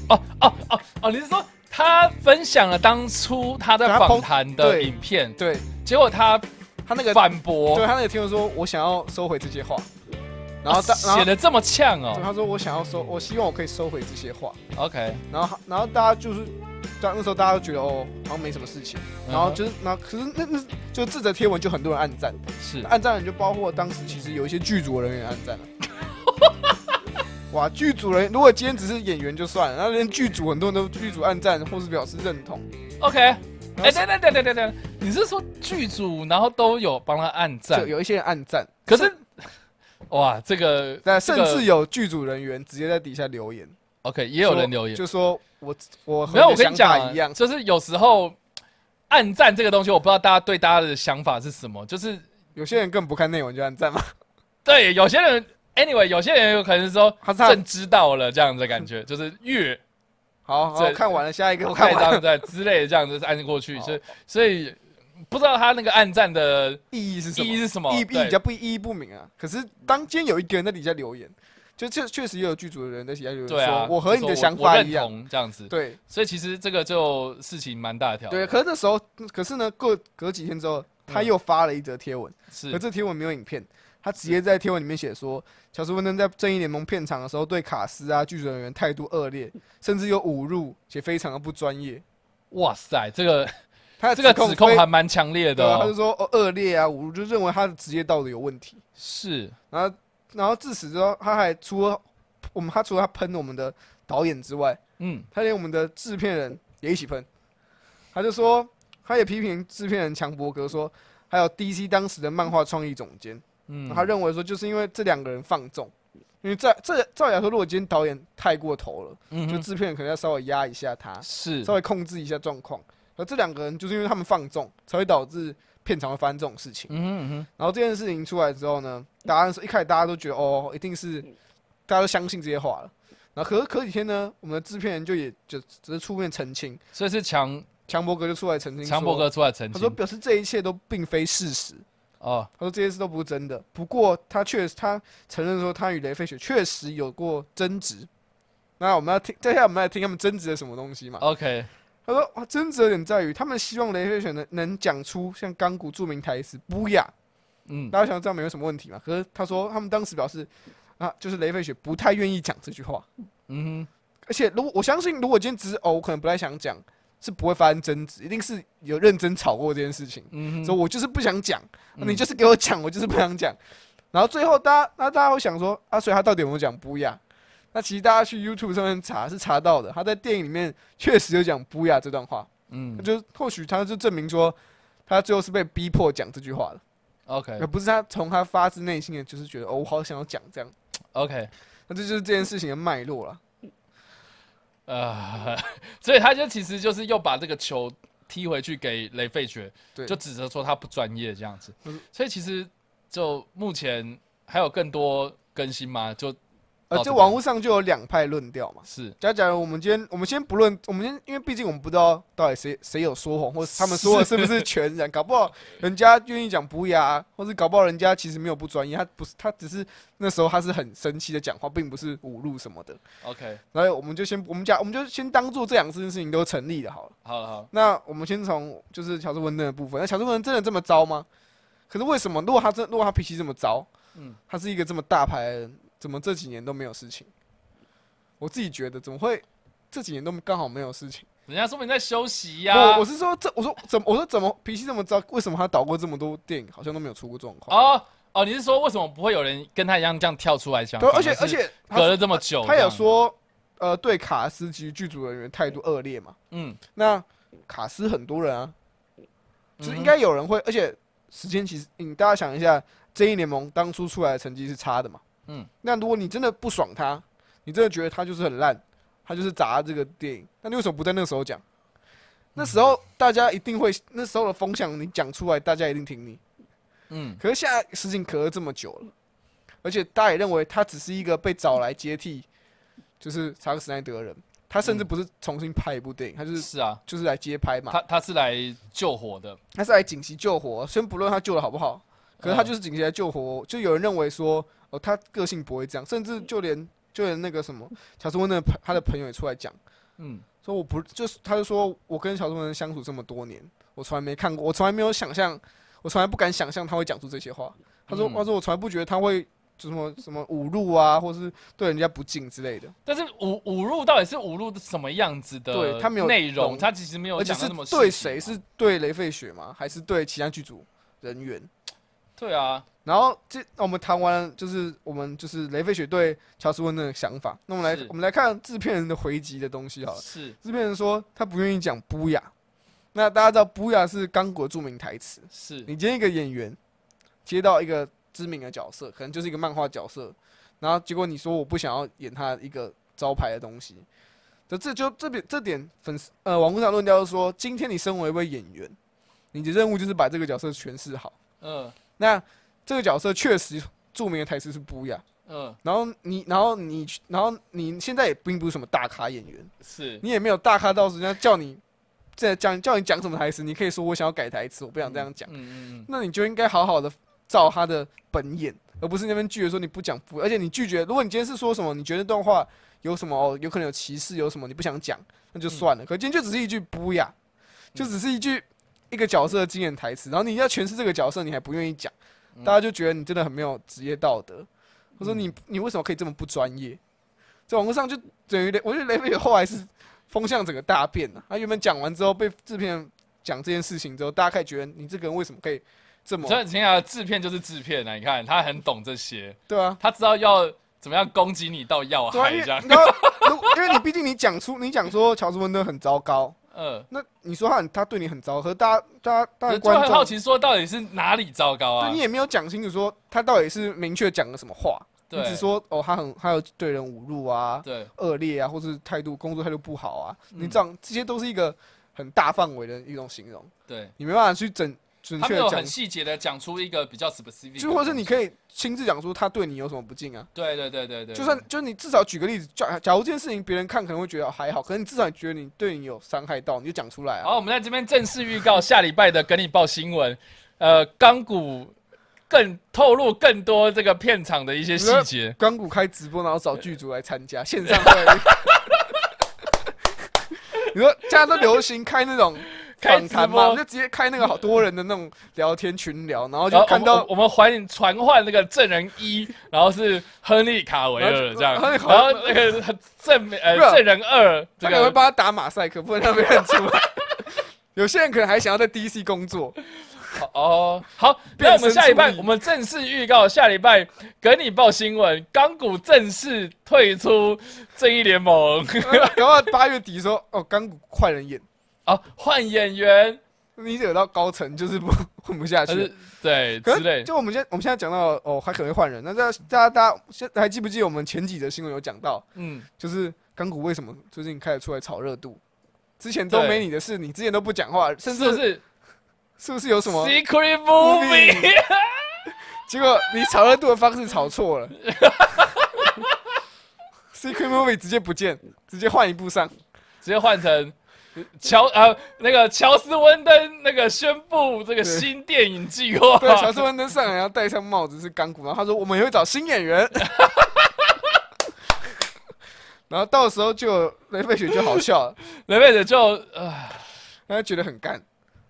哦哦哦哦，你是说他分享了当初他在对他访抛谈的对影片，对结果他他那个，反驳对，他那个贴文说，我想要收回这些话。然啊后大，然后 [LAUGHS] 写的这么呛对哦。他说我想要收，我希望我可以收回这些话。 OK，然后然后大家就是，在那时候大家都觉得哦，好像没什么事情。嗯然后就是，然后可是那那就这则贴文就很多人暗赞，是暗赞人就包括当时其实有一些剧组人员暗赞了。哇，剧组人如果今天只是演员就算了，然后连剧组很多人都剧组暗赞或是表示认同。 OK，哎，然后等等等等等等，你是说剧组然后都有帮他按赞就，有一些人暗赞，可是哇，这个那这甚个至有剧组人员直接在底下留言， OK 也有说人留言，就说我我和没有，我的跟你想讲法啊一样，就是有时候暗赞这个东西，我不知道大家对大家的想法是什么。就是有些人更不看内文就暗赞 [LAUGHS] 嘛，对有些人，anyway，有些人有可能是说他是他朕知道了这样子的感觉，就是越好好这看完了，下一个我看太完了，张在之类的这样子按过去，好所以所以不知道他那个暗赞的意义是什意么？义是什么。意义比哦对较不意义不明啊。可是当今天有一个人在底下留言，就确确实也有剧组的人在底下留言对啊说，，我和你就说的想我我法认一样。同这样子。对所以其实这个就事情蛮大条对，啊的。可是那时候，可是呢，过隔几天之后，他又发了一则贴文，可嗯是这贴文没有影片，他直接在贴文里面写说，乔治·温登在正义联盟片场的时候对卡斯啊剧组人员态度恶劣，甚至有侮辱，且非常的不专业。哇塞，这个他的这个指控非还蛮强烈的对啊，他哦就。说哦恶劣啊，侮辱，就认为他的职业道德有问题。是然后然后自此之后，他还除了我们，他除了他喷我们的导演之外，嗯他连我们的制片人也一起喷。他就说，他也批评制片人强伯格说，还有 DC 当时的漫画创意总监，嗯，他认为说，就是因为这两个人放纵。因为在这照理来说，如果今天导演太过头了，嗯就哼制片人可能要稍微压一下他，是稍微控制一下状况。而这两个人就是因为他们放纵，才会导致片场会发生这种事情。嗯哼嗯哼。然后这件事情出来之后呢，答案是一开始大家都觉得哦，一定是大家都相信这些话了。然后可是隔几天呢，我们的制片人就也就只是出面澄清，所以是强强伯格就出来澄清，强伯，格出来澄他说清表示这一切都并非事实，哦，他说这些事都不是真的。不过他确实他承认说他与雷费雪确实有过争执。那我们要听，接下来我们来听他们争执了什么东西嘛？ OK，他说哇，争执的点在于他们希望雷费雪能能讲出像钢骨著名台词“不雅”，嗯，大家想这样没有什么问题嘛？可是他说他们当时表示，啊，就是雷费雪不太愿意讲这句话，嗯而且如果我相信，如果今天只是哦，我可能不太想讲，是不会发生争执，一定是有认真吵过这件事情哼，，嗯所哼，以我就是不想讲，嗯你就是给我讲，我就是不想讲。然后最后大家，那大家会想说，啊，所以他到底有没有讲不雅？那其实大家去 YouTube 上面查是查到的，他在电影里面确实有讲不雅这段话，那嗯就或许他就证明说，他最后是被逼迫讲这句话的。 ，OK 而不是他从他发自内心的就是觉得哦，我好想要讲这样， OK，那这就是这件事情的脉络了。呃， [LAUGHS] 所以他就其实就是又把这个球踢回去给雷费雪，对就指责说他不专业这样子嗯。所以其实就目前还有更多更新吗？就哦到呃，这这边网络上就有两派论调嘛。是假假如我们今天，我们先不论，我们先，因为毕竟我们不知道到底谁谁有说谎，或是他们说的是不是全然，搞不好人家愿意讲不雅，或是搞不好人家其实没有不专业，他不是他只是那时候他是很生气的讲话，并不是侮辱什么的。 OK，然后我们就先我们假我们就先当做这两件事情都成立的好了。好了好，那我们先从就是乔治温登的部分。那乔治温登真的这么糟吗？可是为什么？如果他真，如果他脾气这么糟，嗯他是一个这么大牌的人，怎么这几年都没有事情？我自己觉得，怎么会这几年都刚好没有事情？人家说明在休息我、呀我。是说这，我说怎么，我说怎么脾气这么糟？为什么他导过这么多电影，好像都没有出过状况？哦哦，你是说为什么不会有人跟他一样这样跳出来讲？对，而且反而是且隔他了这么久，这他有样，说，呃，对卡斯及剧组人员态度恶劣嘛？嗯，那卡斯很多人啊，就是嗯应该有人会，而且时间其实，你大家想一下，正义联盟当初出来的成绩是差的嘛，嗯，那如果你真的不爽他，你真的觉得他就是很烂，他就是砸这个电影，那你为什么不在那个时候讲？那时候大家一定会，那时候的风向你讲出来，大家一定听你。嗯，可是现在事情隔了这么久了，而且大家也认为他只是一个被找来接替，就是查克·史奈德的人，他甚至嗯不是重新拍一部电影，他就是是啊，就是来接拍嘛，他他是来救火的，他是来紧急救火，先不论他救的好不好，可是他嗯就是紧急来救火。就有人认为说，哦，他个性不会这样，甚至就连就连那个什么乔治温的朋他的朋友也出来讲，嗯，说我不就是他就说我跟乔治温相处这么多年，我从来没看过，我从来没有想象，我从来不敢想象他会讲出这些话。他说，嗯他说我从来不觉得他会就什么什么侮辱啊，或是对人家不敬之类的，但是五五入到底是五入什么样子的？对他没有内容，懂他其实没有而且讲是的那么细对节谁嘛？是对雷费雪吗？还是对其他剧组人员？对啊，然后这那我们谈完就是我们就是雷飞雪对乔斯温的想法，那我们来是我们来看制片人的回击的东西好了。是制片人说他不愿意讲布雅，那大家知道布雅是刚果著名台词。是，你今天一个演员接到一个知名的角色，可能就是一个漫画角色，然后结果你说我不想要演他一个招牌的东西，这这就这边这点粉丝呃网络上论调就说，今天你身为一位演员，你的任务就是把这个角色诠释好。嗯那这个角色确实著名的台词是不雅，嗯然后你，然后你，然后你现在也并不是什么大咖演员，是，你也没有大咖到人家叫你这讲叫你讲什么台词，你可以说我想要改台词，我不想这样讲，嗯嗯那你就应该好好的照他的本演，而不是那边拒绝说你不讲不，而且你拒绝，如果你今天是说什么，你觉得那段话有什么哦，有可能有歧视，有什么你不想讲，那就算了，可今天就只是一句不雅，就只是一句一个角色的经典台词，然后你要诠释这个角色，你还不愿意讲，嗯大家就觉得你真的很没有职业道德。我说你你为什么可以这么不专业？在网络上就等于雷，我觉得雷飞后来是风向整个大变了、他原本讲完之后被制片人讲这件事情之后，大家开始觉得你这个人为什么可以这嗯，么所以你看啊，制片就是制片啊，你看他很懂这些，对啊？他知道要怎么样攻击你到要对啊，害因为 [LAUGHS] 这样，然后如因为你毕竟你讲出你讲说乔治温顿很糟糕，嗯。那你说他很他对你很糟，可是大家大家大家就观很好众奇，说到底是哪里糟糕啊对你？也没有讲清楚说他到底是明确讲了什么话，你对只说哦他很他有对人侮辱啊，对，恶劣啊，或是态度工作态度不好啊，你嗯这样这些都是一个很大范围的一种形容，对，你没办法去准准他确没的有讲很，细节的讲出一个比较 specific，的就或是你东西可以亲自讲出他对你有什么不敬啊。对对对对对，就算就你至少举个例子，假假如这件事情别人看可能会觉得还好，可是你至少觉得你对你有伤害到，你就讲出来啊。好，我们在这边正式预告下礼拜的跟你报新闻，呃，钢骨更透露更多这个片场的一些细节。钢骨开直播，然后找剧组来参加线上会议。 [LAUGHS] 你说现在都流行开那种开访直谈嘛，播我们就直接开那个好多人的那种聊天群聊，然后然就后看到呃我们我们还你传唤那个证人一，然后是亨利卡维尔这样，然后然就然后后那个证呃不是证人二这他可能会个帮他打马赛克，不能让别人出 [LAUGHS] 来。有些人可能还想要在 DC [LAUGHS] 工作，哦好，变那我们下礼拜身处异我们正式预告下礼拜跟你报新闻，钢骨正式退出正义联盟， [LAUGHS] 然后八月底说哦，钢骨快人演，哦换演员，你惹到高层就是不 [LAUGHS] 混不还下去是。对可之类是，的，就我们现在我们现在讲到哦，还可能会换人。那大家大家大家现还记不记得我们前几则新闻有讲到，嗯就是钢骨为什么最近开始出来炒热度？之前都对没你的事，你之前都不讲话，甚是不至是？是不是有什么？ Secret Movie， [LAUGHS] 结果你炒热度的方式炒错了 [LAUGHS] ，Secret Movie 直接不见，直接换一部上。 [LAUGHS] 直接换成乔呃那个乔斯温登那个宣布这个新电影计划，对，乔治温登上来要戴上帽子是钢骨，然后他说我们也会找新演员， [LAUGHS] 然后到时候就有雷费雪就好笑了，雷贝尔就呃，他就觉得很干，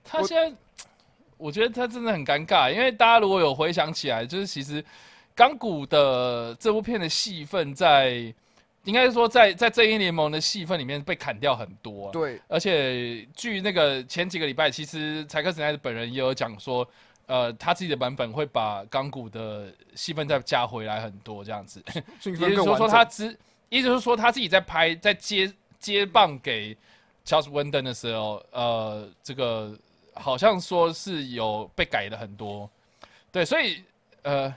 他我现在我觉得他真的很尴尬，因为大家如果有回想起来，就是其实钢骨的这部片的戏份在。应该是说在，在正义联盟的戏份里面被砍掉很多、啊，对，而且据那个前几个礼拜，其实柴克史奈德本人也有讲说，呃，他自己的版本会把钢骨的戏份再加回来很多这样子，兴也就奋是更说完说整。他之，也就是说他自己在拍在接接棒给乔治温登的时候，呃，这个好像说是有被改的很多，对，所以呃，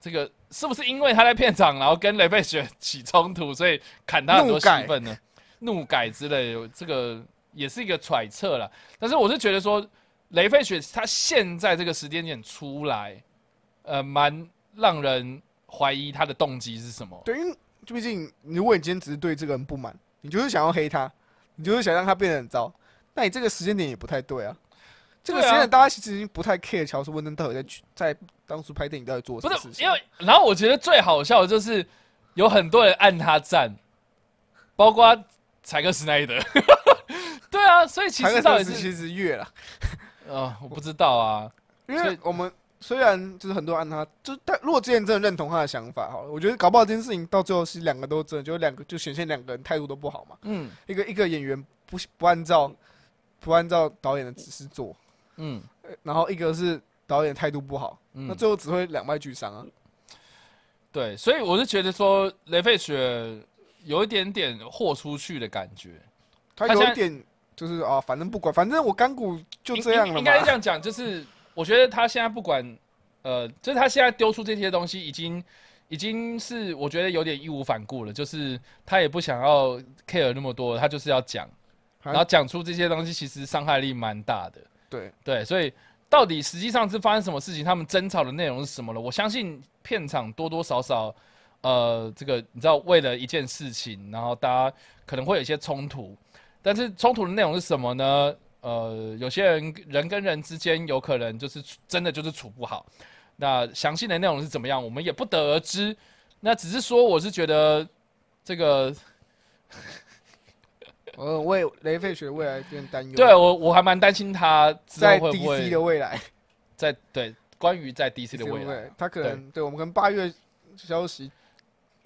这个是不是因为他在片场，然后跟雷贝雪起冲突，所以砍他很多怒戏改份呢？怒改之类的，这个也是一个揣测啦。但是我是觉得说，雷费雪他现在这个时间点出来，呃，蛮让人怀疑他的动机是什么。对，因为毕竟如果你今天只是对这个人不满，你就是想要黑他，你就是想让他变得很糟，那你这个时间点也不太对啊。这个时对啊间点大家其实已经不太 care 乔斯·温登到底在去在当初拍电影到底做什不么事是情，因为，然后我觉得最好笑的就是有很多人按他赞，包括柴克斯奈德。 [LAUGHS] 对啊，所以其查克实到底·斯是其实越了，呃，我不知道啊。因所为以我们虽然就是很多人按他，就但如果之前真的认同他的想法，好了，我觉得搞不好这件事情到最后是两个都真的，就两个就显现两个人态度都不好嘛，嗯一个一个演员不不按照不按照导演的指示做，嗯呃然后一个是导演态度不好，那嗯，最后只会两败俱伤啊。对，所以我是觉得说雷费雪有一点点豁出去的感觉。他他有现一在点就是啊，反正不管，反正我干股就这样应了应应嘛该。这样讲，就是我觉得他现在不管，呃，就是他现在丢出这些东西，已经已经是我觉得有点义无反顾了，就是他也不想要 care 那么多，他就是要讲，还然后讲出这些东西，其实伤害力蛮大的。对，对，所以到底实际上是发生什么事情，他们争吵的内容是什么了？我相信片场多多少少，呃，这个你知道，为了一件事情，然后大家可能会有一些冲突，但是冲突的内容是什么呢？呃，有些人人跟人之间有可能就是处真的就是处不好，那详细的内容是怎么样，我们也不得而知。那只是说，我是觉得这个我为雷费雪未来有点担忧。对，我我还蛮担心他之后在会不 DC 会的未来，在对关于在 DC 的 DC 未来。，他可能对我们可能八月消息，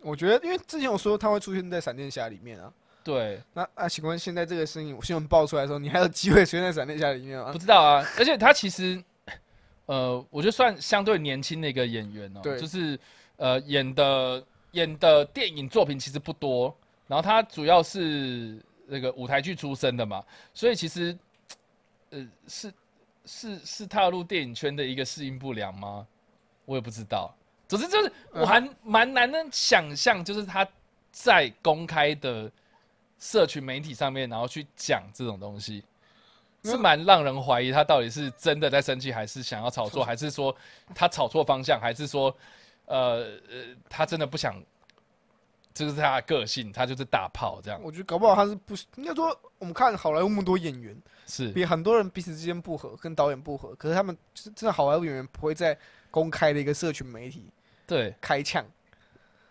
我觉得因为之前我说他会出现在闪电侠里面啊。对，那啊，请问现在这个事情新闻爆出来的时候，你还有机会出现在闪电侠里面吗不？知道啊，而且他其实，呃，我觉得算相对年轻的一个演员哦、对就是呃演的演的电影作品其实不多，然后他主要是那个舞台剧出身的嘛，所以其实，呃，是是是踏入电影圈的一个适应不良吗？我也不知道，总之就是我还蛮难能想象，就是他在公开的社群媒体上面，然后去讲这种东西，那是蛮让人怀疑他到底是真的在生气，还是想要炒作，还是说他炒错方向，还是说呃呃他真的不想，这、就是他的个性，他就是大炮这样，我觉得搞不好他是不应该说，我们看好莱坞那么多演员，是比很多人彼此之间不合，跟导演不合，可是他们就是真的好莱坞演员不会在公开的一个社群媒体对开呛，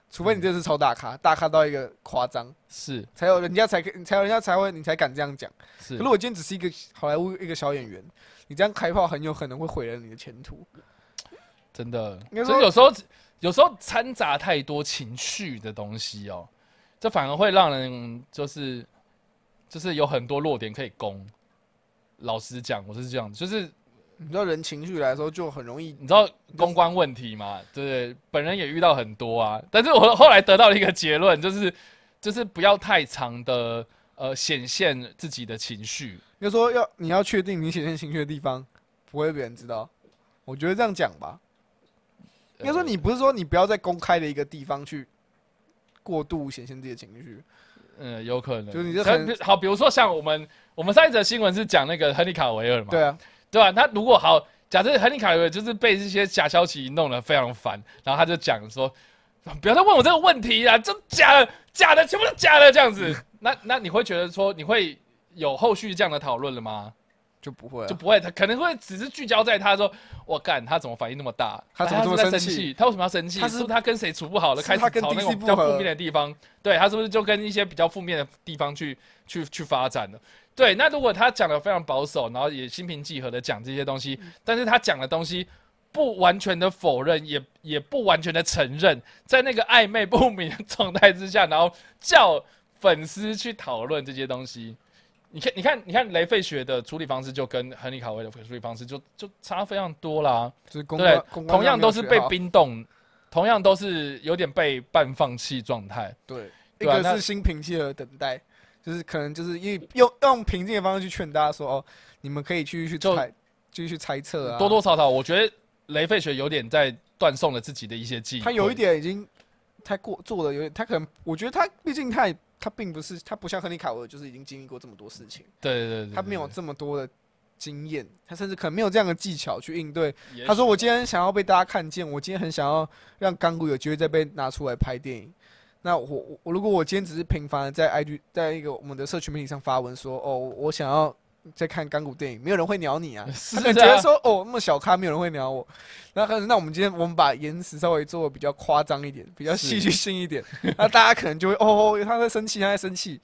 除嗯非你真的是超大咖，大咖到一个夸张，是才有人家才可以，才有人家才会，你才敢这样讲。是可是我今天只是一个好莱坞一个小演员，你这样开炮很有可能会毁了你的前途。真的，应该所以说有时候有时候掺杂太多情绪的东西哦，这反而会让人就是就是有很多弱点可以攻。老实讲，我是这样，就是你知道人情绪来的时候就很容易，你知道公关问题嘛？对不对，本人也遇到很多啊。但是我后来得到了一个结论，就是就是不要太长的呃显现自己的情绪。应该说要你要确定你显现情绪的地方不会被别人知道。我觉得这样讲吧，呃应该说你不是说你不要在公开的一个地方去过度显现自己的情绪，嗯，有可能就是你这像很比好，比如说像我们我们上一则新闻是讲那个亨利卡维尔嘛，对啊，对吧、他如果好，假设亨利卡维尔就是被这些假消息弄得非常烦，然后他就讲说，不要再问我这个问题啊，这假的，假的，全部都假的这样 [LAUGHS] 子。那那你会觉得说，你会有后续这样的讨论了吗？就不会、啊，就不会，他可能会只是聚焦在他说，我干，他怎么反应那么大？哎他怎么这么他是不是在生生气气？他为什么要生气？他是是不是他跟谁处不好了？是开始他跟朝那 DC 种比较不合负面的地方，对他是不是就跟一些比较负面的地方去去去发展了？对，那如果他讲的非常保守，然后也心平气和的讲这些东西，嗯但是他讲的东西不完全的否认，也也不完全的承认，在那个暧昧不明的状态之下，然后叫粉丝去讨论这些东西。你看，你看，你看，雷费雪的处理方式就跟亨利卡维的处理方式就就差非常多啦，就是公对关不公对？关同样都没是有学被好冰冻，同样都是有点被半放弃状态。对，一对啊个那是心平气和等待，就是可能就是用用用平静的方式去劝大家说哦，你们可以继续去就猜，继续去猜测啊。多多少少，我觉得雷费雪有点在断送了自己的一些记忆。他有一，点已经太过做的有点，他可能我觉得他毕竟他也他并不是他不像亨利卡维尔，就是已经经历过这么多事情，对对对对，他没有这么多的经验，他甚至可能没有这样的技巧去应对。也他说：“许我吧今天想要被大家看见，我今天很想要让港股有机会再被拿出来拍电影。”那我我我如果我今天只是频繁的在 IG 在一个我们的社群媒体上发文说：“哦，我想要在看港股电影”，没有人会鸟你啊。 [LAUGHS] 是他可能觉啊得说：“哦，那么小咖，没有人会鸟我。”那可能那我们今天我们把言辞稍微做的比较夸张一点，比较是戏剧性一点，那大家可能就会哦，他在生气，他在生气，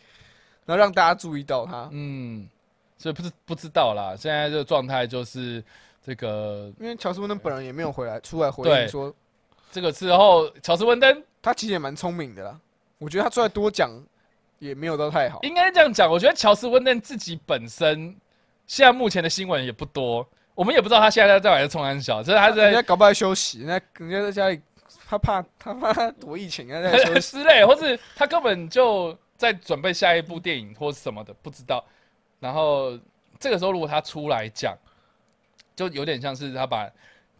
然后让大家注意到他。嗯，所以不知不知道啦，现在这个状态就是这个因为乔斯温登本人也没有回来出来回对应说，这个之后，乔治温登他其实也蛮聪明的啦。我觉得他出来多讲也没有到太好。应该这样讲，我觉得乔斯温登自己本身现在目前的新闻也不多，我们也不知道他现在在玩的冲安小，就是他人在家搞不好在休息，人家人家在家里，他怕他怕他躲疫情，人家在休 [LAUGHS] 息。之类，或是他根本就在准备下一部电影或是什么的，不知道。然后这个时候如果他出来讲，就有点像是他把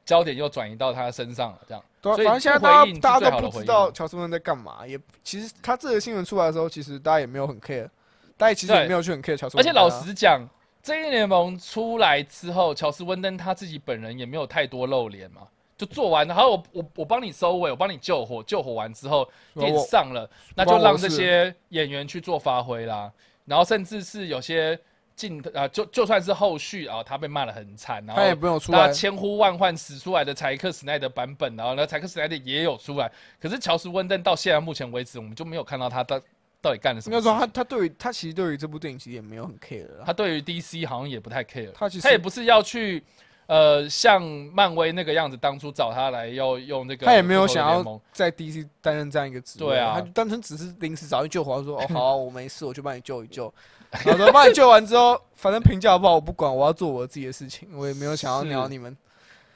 焦点又转移到他身上了，这样。对啊，所以反正现在不大回应家是大最家好都的回不知应道乔斯温在干嘛，也其实他这个新闻出来的时候，其实大家也没有很 care，大家其实也对没有去很 care 乔而斯温且登啊。老实讲，这一联盟出来之后，乔斯温登他自己本人也没有太多露脸嘛，就做完，然后我我我帮你收尾，我帮你救火，救火完之后说电哦我上了，那关就我让这事些演员去做发挥啦。然后甚至是有些镜啊、就就算是后续啊、他被骂的很惨，然后他也不用出大来家，千呼万唤使出来的柴克史奈德版本，然后呢，柴克史奈德也有出来，可是乔斯温登到现在目前为止，我们就没有看到他到到底干了什应么该事说情。他他对于他其实对于这部电影其实也没有很 care 啦。他对于 DC 好像也不太 care，他其实他也不是要去呃像漫威那个样子，当初找他来要用那个，他也没有想联盟要在 DC 担任这样一个职位，对啊他就单纯只是临时找你救火，[LAUGHS] 他说哦好啊、我没事，我去帮你救一救。然后说帮你救完之后，反正评价好不好我不管，我要做我自己的事情，我也没有想要是鸟你们，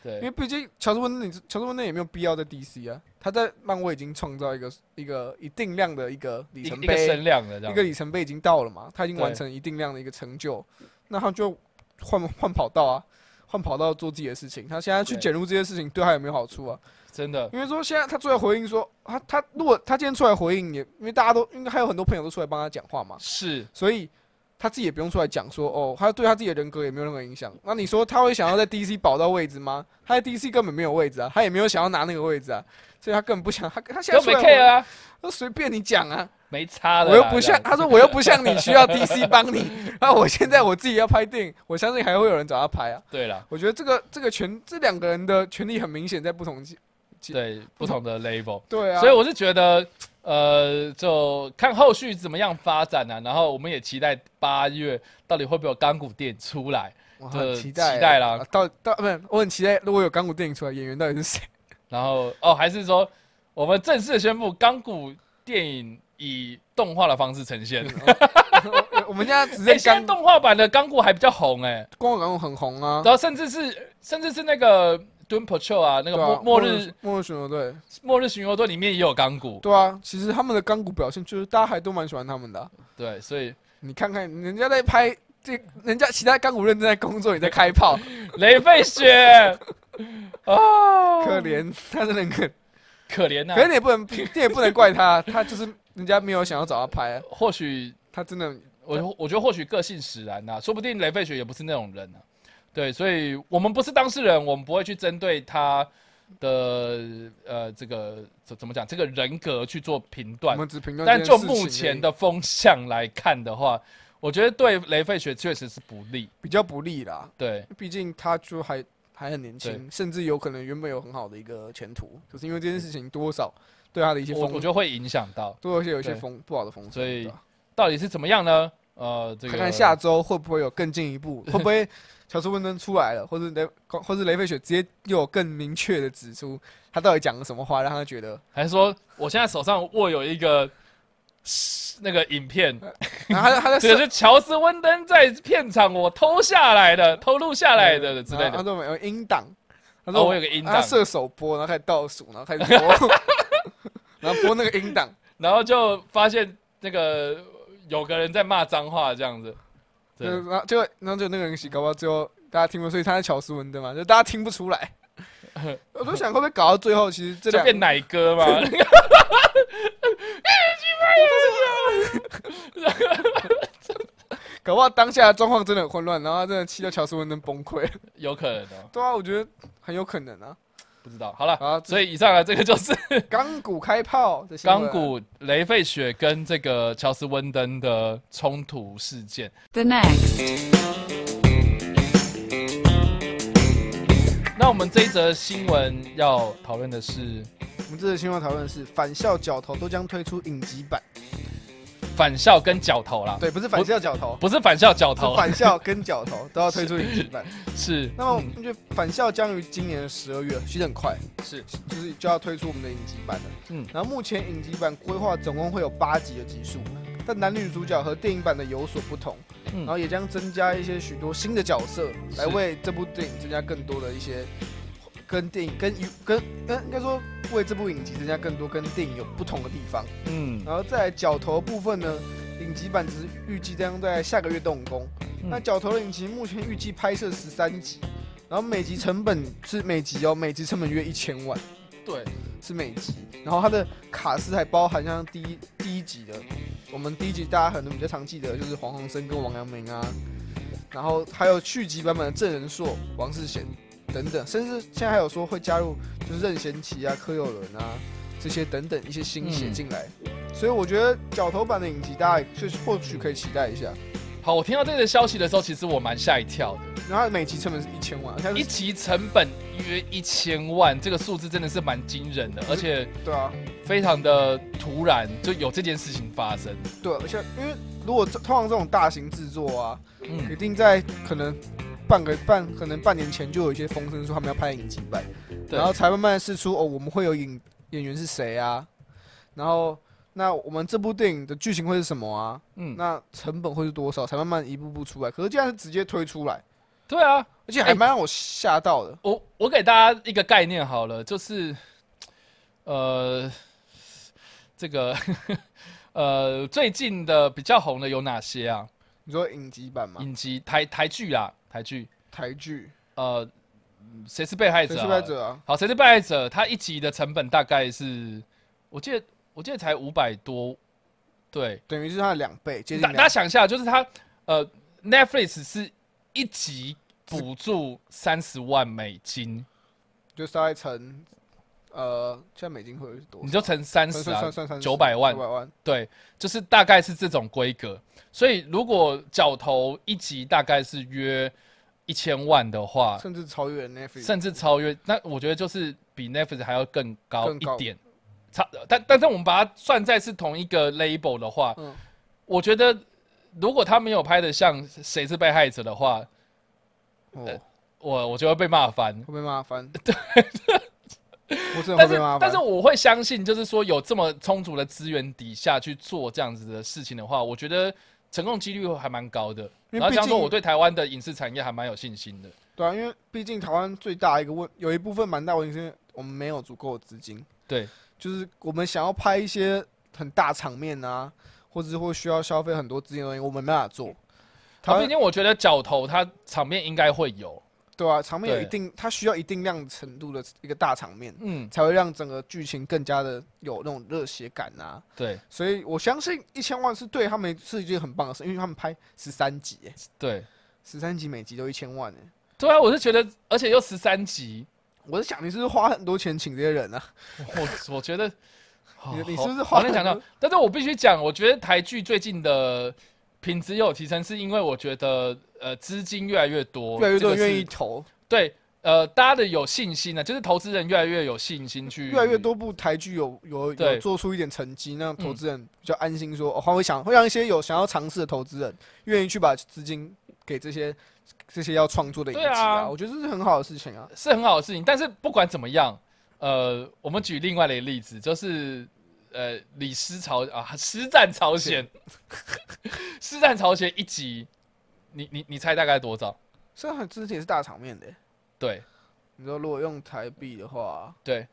因对，为毕竟乔治温内，乔治温内也没有必要在 DC 啊，他在漫威已经创造一个一个一定量的一个里一程一个碑，声量的这一样个里程碑已经到了嘛，他已经完对成一定量的一个成就，那他就换换跑道啊，换跑道做自己的事情，他现在去对卷入这些事情，对他有没有好处啊？真的因为说现在他出来回应说，他他如果他今天出来回应也，因为大家都应该还有很多朋友都出来帮他讲话嘛，是所以他自己也不用出来讲说哦，他对他自己的人格也没有任何影响。那你说他会想要在 DC 保到位置吗？他在 DC 根本没有位置啊，他也没有想要拿那个位置啊，所以他根本不想他他现在都出没来 care 回啊，那随便你讲啊，没差的啦，我又不啊像这样他说我又不像你需要 DC 帮你， [LAUGHS] 那我现在我自己要拍电影，我相信还会有人找他拍啊。对了，我觉得这个这个权这两个人的权利很明显在不同阶，其对不同的 level，对啊，所以我是觉得呃就看后续怎么样发展啊，然后我们也期待八月到底会不会有钢骨店出来，我就很期期待欸，待啦啊到到不是，我很期待，如果有港股电影出来，演员到底是谁？ [LAUGHS] 然后哦还是说我们正式宣布钢骨电影以动画的方式呈嗯现。我我们家只哎、在现在港动画版的钢骨还比较红哎、光港股很红啊然，后甚至是甚至是那个 Doom Patrol 啊，那个对末、啊，末日末日巡逻队，末日巡游队里面也有钢骨，对啊，其实他们的港股表现就是大家还都蛮喜欢他们的啊。对，所以你看看人家在拍这，人家其他港股认真在工作，你在开炮，雷费雪哦，可怜他真的 [LAUGHS] 很可，可怜啊呐、可是你也不能你也不能怪他，他就是人家没有想要找他拍啊，或许他真的我我觉得或许个性使然呐、啊说不定雷费雪也不是那种人呐、啊对，所以我们不是当事人，我们不会去针对他的呃这个怎怎么讲这个人格去做评我断。们只评论这但件事就情而已。目前的风向来看的话，我觉得对雷费雪确实是不利。比较不利啦，对，毕竟他就还还很年轻，甚至有可能原本有很好的一个前途，可是因为这件事情多少对他的一些嗯我我风觉，得会影响到，多有一些有一些对风不好的风声。所以对吧到底是怎么样呢？呃，这个看看下周会不会有更进一步，会 [LAUGHS] 不会乔治温登出来了，或者雷或者雷费雪直接又有更明确的指出他到底讲了什么话，让他 [LAUGHS] 觉得还是说我现在手上握有一个是那个影片，然后他 [LAUGHS] 他在这个是乔斯温登在片场我偷下来的、偷录下来的之类然后的。他说我们有音档，啊他哦，说啊我有个音他档，射手播，然后开始倒数，然后开始播， [LAUGHS] 然后播那个音档，然后就发现那个有个人在骂脏话这样子。对，就是然后就然后就那个人洗，搞不好最后大家听不，所以他是乔斯文登嘛，就大家听不 [LAUGHS] 出来。我都想会不会搞到最后，其实这就两变奶哥 [LAUGHS] 嘛。搞搞不好当下的状况真的很混乱，然后他真的气到乔斯文登崩溃。 [LAUGHS] 有可能哦，对啊，我觉得很有可能啊。不知道。好了，啊，所以以上啊，这个就是钢骨开炮的新闻啊钢骨雷费雪跟这个乔斯温登的冲突事件。 The next. 那我们这一则新闻要讨论的是我们这次新闻讨论的是返校角头都将推出影集版，返校跟脚头啦，对，不是返校角头，不是返校脚是头，返校跟角头都要推出影集 [LAUGHS] 版。是那么，嗯我觉得返校将于今年的十二月，其实很快，是就是就要推出我们的影集版了。嗯嗯，然后目前影集版规划总共会有八集的集数，但男女主角和电影版的有所不同，嗯然后也将增加一些许多新的角色，来为这部电影增加更多的一些跟电影跟与跟跟应该说为这部影集增加更多跟电影有不同的地方。嗯然后再来角头部分呢，影集版只是预计将在下个月动工。嗯那角头的影集目前预计拍摄十三集，然后每集成本是每集哦，每集成本约一千万，对是每集。然后它的卡司还包含像第一第一集的，我们第一集大家可能比较常记得就是黄鸿升跟王阳明啊，然后还有续集版本的郑仁硕、王世贤等等，甚至现在还有说会加入就是任贤齐啊、柯有伦啊这些等等一些新血嗯进来。所以我觉得角头版的影集，大家就是或许可以期待一下。好，我听到这个消息的时候，其实我蛮吓一跳的。然后它每集成本是一千万，它一是集成本约一千万，这个数字真的是蛮惊人的，而且对啊，非常的突然就有这件事情发生。对，啊而且因为如果这通常这种大型制作啊，一嗯，定在可能半个半，可能半年前就有一些风声说他们要拍影集版，对嗯然后才慢慢试出哦，我们会有影演员是谁啊，然后那我们这部电影的剧情会是什么啊？嗯，那成本会是多少？才慢慢一步步出来。可是竟然是直接推出来，对啊，而且还蛮让我吓到的。我我给大家一个概念好了，就是，呃，这个 [LAUGHS] 呃最近的比较红的有哪些啊？你说影集版嘛，影集台台剧啦，台剧，台剧呃，嗯谁是被害《谁者？是败。者》啊，好，谁是被害者？它一集的成本大概是，我记得我记得才五百多，对，等于是它的两倍，接近大大家两想一下，就是它呃，Netflix 是一集补助三十万美金，就大概乘呃，现在美金汇率是多少？你就乘三十算算啊，算900万算九百万，对，就是大概是这种规格。所以如果角头一集大概是约一千万的话，甚至超越 Netflix。啊甚至超越，那我觉得就是比 Netflix 还要更高更一高点。差，但但是我们把它算在是同一个 label 的话，嗯我觉得如果他没有拍的像《谁是被害者》的话，哦，呃我我就会被骂翻。会被骂翻。对，我真但的会是被骂翻。但是我会相信，就是说有这么充足的资源底下去做这样子的事情的话，我觉得成功几率还蛮高的。因为然后毕这样说，竟我对台湾的影视产业还蛮有信心的。对啊，因为毕竟台湾最大一个问，有一部分蛮大问题是因为我们没有足够的资金，对，就是我们想要拍一些很大场面啊，或者是会需要消费很多资金的东西，我们没办法做。嗯好，台湾啊毕竟我觉得角头它场面应该会有，对啊，场面有对一定，它需要一定量程度的一个大场面，嗯，才会让整个剧情更加的有那种热血感啊。对所以我相信一千万是对他们是一件很棒的事，因为他们拍十三集耶，对十三集每集都一千万呢。对啊，我是觉得，而且又十三集，我是想你是不是花很多钱请这些人啊？我我觉得，好 [LAUGHS] 你你好是不是好花难想到很多？但是我必须讲，我觉得台剧最近的品质有提升，是因为我觉得呃资金越来越多，越来越多这个人是愿意投，对，呃，大家的有信心啊呢，就是投资人越来越有信心去，越来越多部台剧有有对嗯有做出一点成绩，让投资人比较安心说，哦，他会想会让一些有想要尝试的投资人愿意去把资金给这些这些要创作的影集对啊我觉得这是很好的事情啊。是很好的事情。但是不管怎么样，呃，我们举另外的一个例子，就是呃，李斯朝啊，师战朝 [LAUGHS] 鲜，师战朝鲜一集，你你你猜大概多少？虽然之前也是大场面的耶，对你说如果用台币的话，对，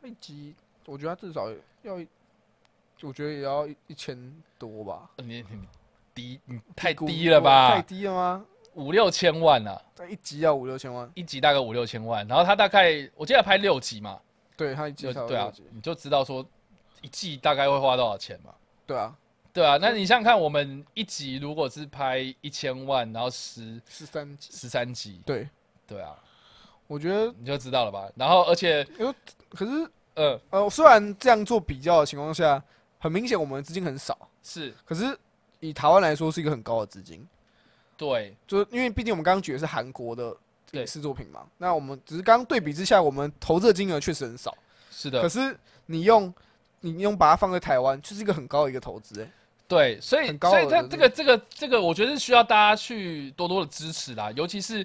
它一集我觉得它至少要一，我觉得也要一一千多吧，呃你你低，你太估低了吧太？低了啊吗？五六千万啊，它一集要五六千万，一集大概五六千万，然后他大概我记得拍六集嘛，对，它一集就才有对六啊集，你就知道说一季大概会花多少钱嘛。对啊，对啊，那你想想看，我们一集如果是拍一千万，然后十十三集。十三集，对，对啊，我觉得，你就知道了吧？然后而且，可是呃，呃，虽然这样做比较的情况下，很明显我们的资金很少，是可是以台湾来说是一个很高的资金，对就是因为毕竟我们刚刚举的是韩国的对影视作品嘛，那我们只是刚刚对比之下，我们投资的金额确实很少，是可的，是你用你用把它放在台湾，就是一个很高的一个投资、欸，对，所以很高所以额它的这个这个这个，我觉得是需要大家去多多的支持啦，尤其是。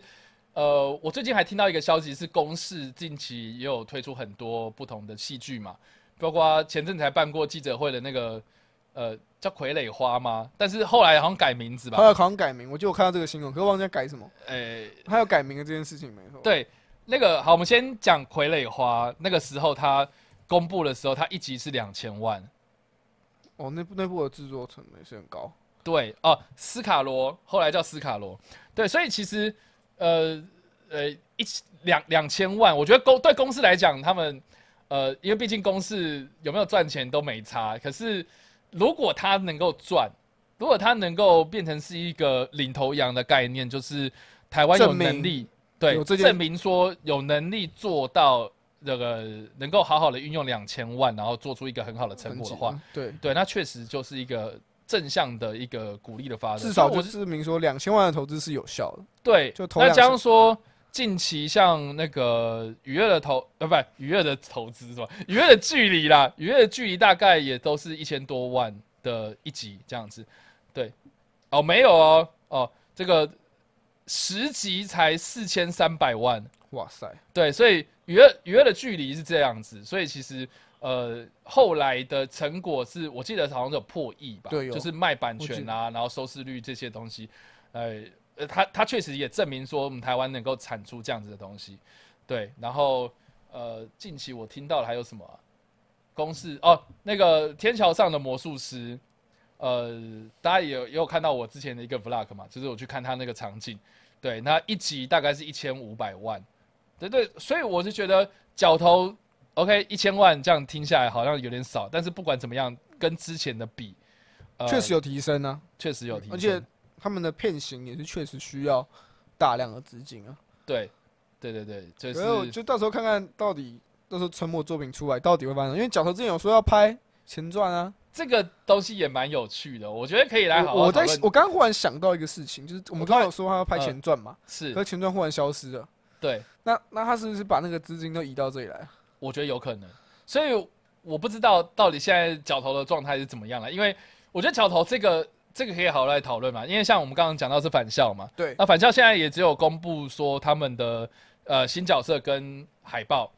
呃，我最近还听到一个消息，是公视近期也有推出很多不同的戏剧嘛，包括前阵子还办过记者会的那个，呃，叫《傀儡花》吗？但是后来好像改名字吧还？有好像改名，我记得我看到这个新闻，可是忘记它改什么，诶、还有改名的这件事情没错，，对，那个好，我们先讲《傀儡花》。那个时候它公布的时候，它一集是两千万。哦，那部那部的制作成本也是很高，对哦、斯卡罗后来叫斯卡罗。对，所以其实呃呃，一起两两千万，我觉得公对公司来讲，他们呃，因为毕竟公司有没有赚钱都没差。可是如果它能够赚，如果它能够变成是一个领头羊的概念，就是台湾有证明能力。对，有这件证明说有能力做到这个能够好好的运用两千万，然后做出一个很好的成很啊果的紧话，对。对，那确实就是一个正向的一个鼓励的发展。至少所以就我是证明说，两千万的投资是有效的。对，就投那两加成上说近期像那个愉悦的投呃，不是愉悦的投资是吧？愉悦的距离啦，愉悦的距离大概也都是一千多万的一集这样子。对，哦，没有哦，哦，这个十集才四千三百万。哇塞，对，所以娱乐娱乐的距离是这样子，所以其实呃后来的成果是我记得好像有破亿吧，对有就是卖版权啊，然后收视率这些东西，呃，呃它它确实也证明说我们台湾能够产出这样子的东西，对，然后呃近期我听到了还有什么啊、公式哦，那个天桥上的魔术师。呃，大家也有也有看到我之前的一个 vlog 嘛，就是我去看他那个场景，对，那一集大概是一千五百万，对对，所以我是觉得脚头 OK 一千万这样听下来好像有点少，但是不管怎么样，跟之前的比，呃确实有提升啊！确实有提升，而且他们的片型也是确实需要大量的资金啊。对对对对，就然后是就到时候看看到底到时候沉默作品出来到底会发生，因为角头之前有说要拍前传啊。这个东西也蛮有趣的，我觉得可以来好我好我讨在论。我刚忽然想到一个事情，就是我们刚刚有说他要拍嗯前传嘛，可是是前传忽然消失了。对，那那他是不是把那个资金都移到这里来？我觉得有可能，所以我不知道到底现在脚头的状态是怎么样了，因为我觉得脚头这个这个可以好好来讨论嘛，因为像我们刚刚讲到是返校嘛，对，那返校现在也只有公布说他们的呃新角色跟海报，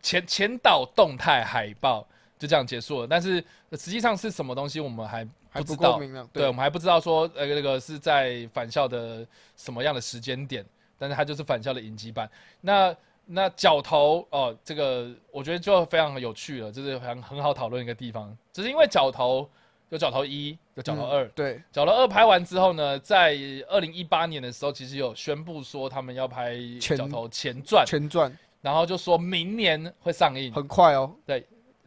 前前导动态海报就这样结束了。但是呃实际上是什么东西，我们还还不不知道够明亮。啊对我们还不知道说呃那个是在返校的什么样的时间点，但是它就是返校的影集版。那那角头哦，这个我觉得就非常有趣了，就是很很好讨论一个地方，只是因为角头有角头一，有角头二、嗯对，角头二拍完之后呢，在二零一八年的时候，其实有宣布说他们要拍前角头前传，前传然后就说明年会上映很快哦，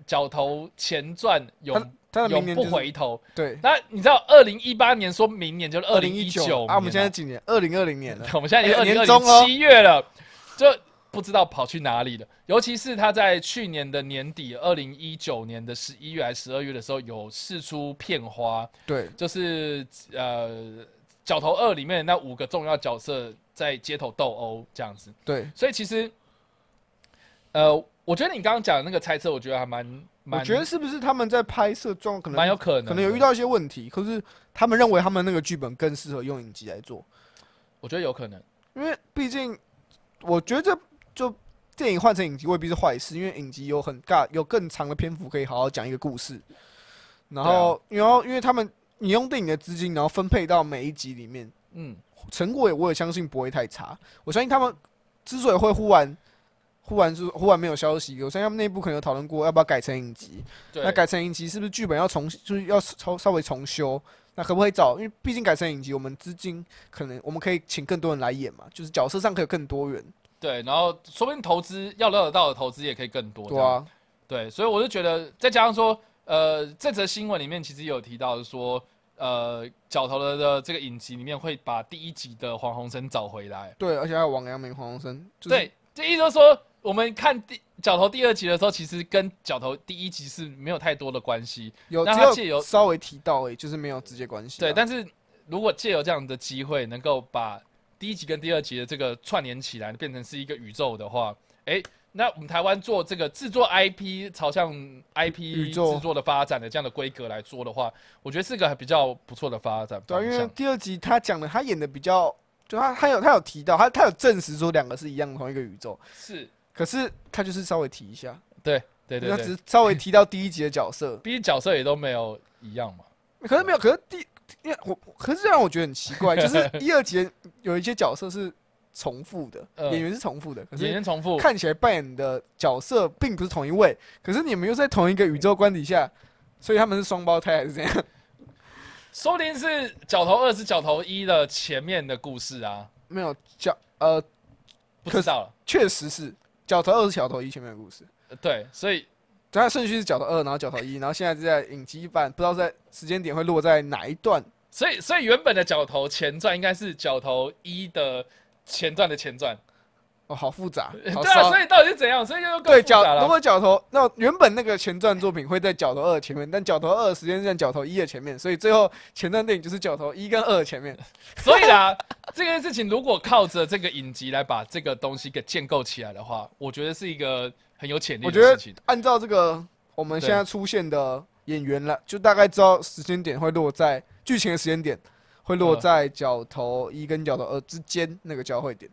角头前传永他的明永年不就是回头。对。那你知道二零一八年说明年就是二零一九九。啊，我们现在几年？二零二零年了 [LAUGHS] 嗯我们现在已经二哎零二零年终哦七月了，就不知道跑去哪里了。尤其是他在去年的年底，二零一九年的十一月还是十二月的时候，有试出片花，对，就是呃《角头二》里面的那五个重要角色在街头斗殴这样子。对，所以其实，呃，我觉得你刚刚讲的那个猜测，我觉得还蛮我蛮，觉得是不是他们在拍摄状可能蛮有可能，可能有遇，到一些问题，可是他们认为他们那个剧本更适合用影集来做，我觉得有可能，因为毕竟我觉得这就电影换成影集未必是坏事，因为影集有很尬有更长的篇幅可以好好讲一个故事，然后、然后因为他们你用电影的资金，然后分配到每一集里面，嗯，成果也我也相信不会太差，我相信他们之所以会忽然。忽然就忽然没有消息，我相信他们内部可能有讨论过要不要改成影集，对，那改成影集是不是剧本要重，就是要稍稍微重修？那可不可以找？因为毕竟改成影集，我们资金可能我们可以请更多人来演嘛，就是角色上可以更多元，对，然后说不定投资要得到的投资也可以更多，对，啊，对，所以我就觉得，再加上说，呃，这则新闻里面其实也有提到说，呃，角头的的这个影集里面会把第一集的黄鸿升找回来。对，而且还有王阳明、黄鸿升，就是、对，这意思就是说，我们看第角头第二集的时候，其实跟角头第一集是没有太多的关系。有那他只借由有稍微提到而已，就是没有直接关系啊。对，但是如果借由这样的机会，能够把第一集跟第二集的这个串联起来，变成是一个宇宙的话，诶，那我们台湾做这个制作 IP 朝向 IP 宇制宙作的发展的这样的规格来做的话，我觉得是个还比较不错的发展对啊，方因为向。第二集他讲的，他演的比较，就他他有他有提到，他他有证实说两个是一样的同一个宇宙，是，可是他就是稍微提一下，对，对对他对只，是稍微提到第一集的角色，毕竟角色也都没有一样嘛。嗯可是没有，可是第，因为我可是让我觉得很奇 [LAUGHS] 怪，就是一二集有一些角色是重复的，嗯演员是重复的，可演是员重复，看起来扮演的角色并不是同一位，可是你们又在同一个宇宙观底下，所以他们是双胞胎还是怎样？ [LAUGHS] 说不定是角头二是角头一的前面的故事啊，没有角呃，不可知是道了。确实是角头二是角头一前面的故事。呃对，所以它的顺序是角头二，然后角头一，然后现在是在影集版，不知道在时间点会落在哪一段。所以，所以原本的角头前传应该是角头一的前传的前传，哦，好 [LAUGHS] 复杂，对好啊，骚所。以到底是怎样？所以就又更对复杂角，如了。果角头那原本那个前传作品会在角头二前面，但角头二的时间是在角头一的前面，所以最后前传电影就是角头一跟二的前面。所以啦， [LAUGHS] 这件事情如果靠着这个影集来把这个东西给建构起来的话，我觉得是一个很有潜力我的觉事得情。按照这个我们对现在出现的演员了，就大概知道时间点会落在剧情的时间点会落嗯在角头一跟角头二之间那个交汇点，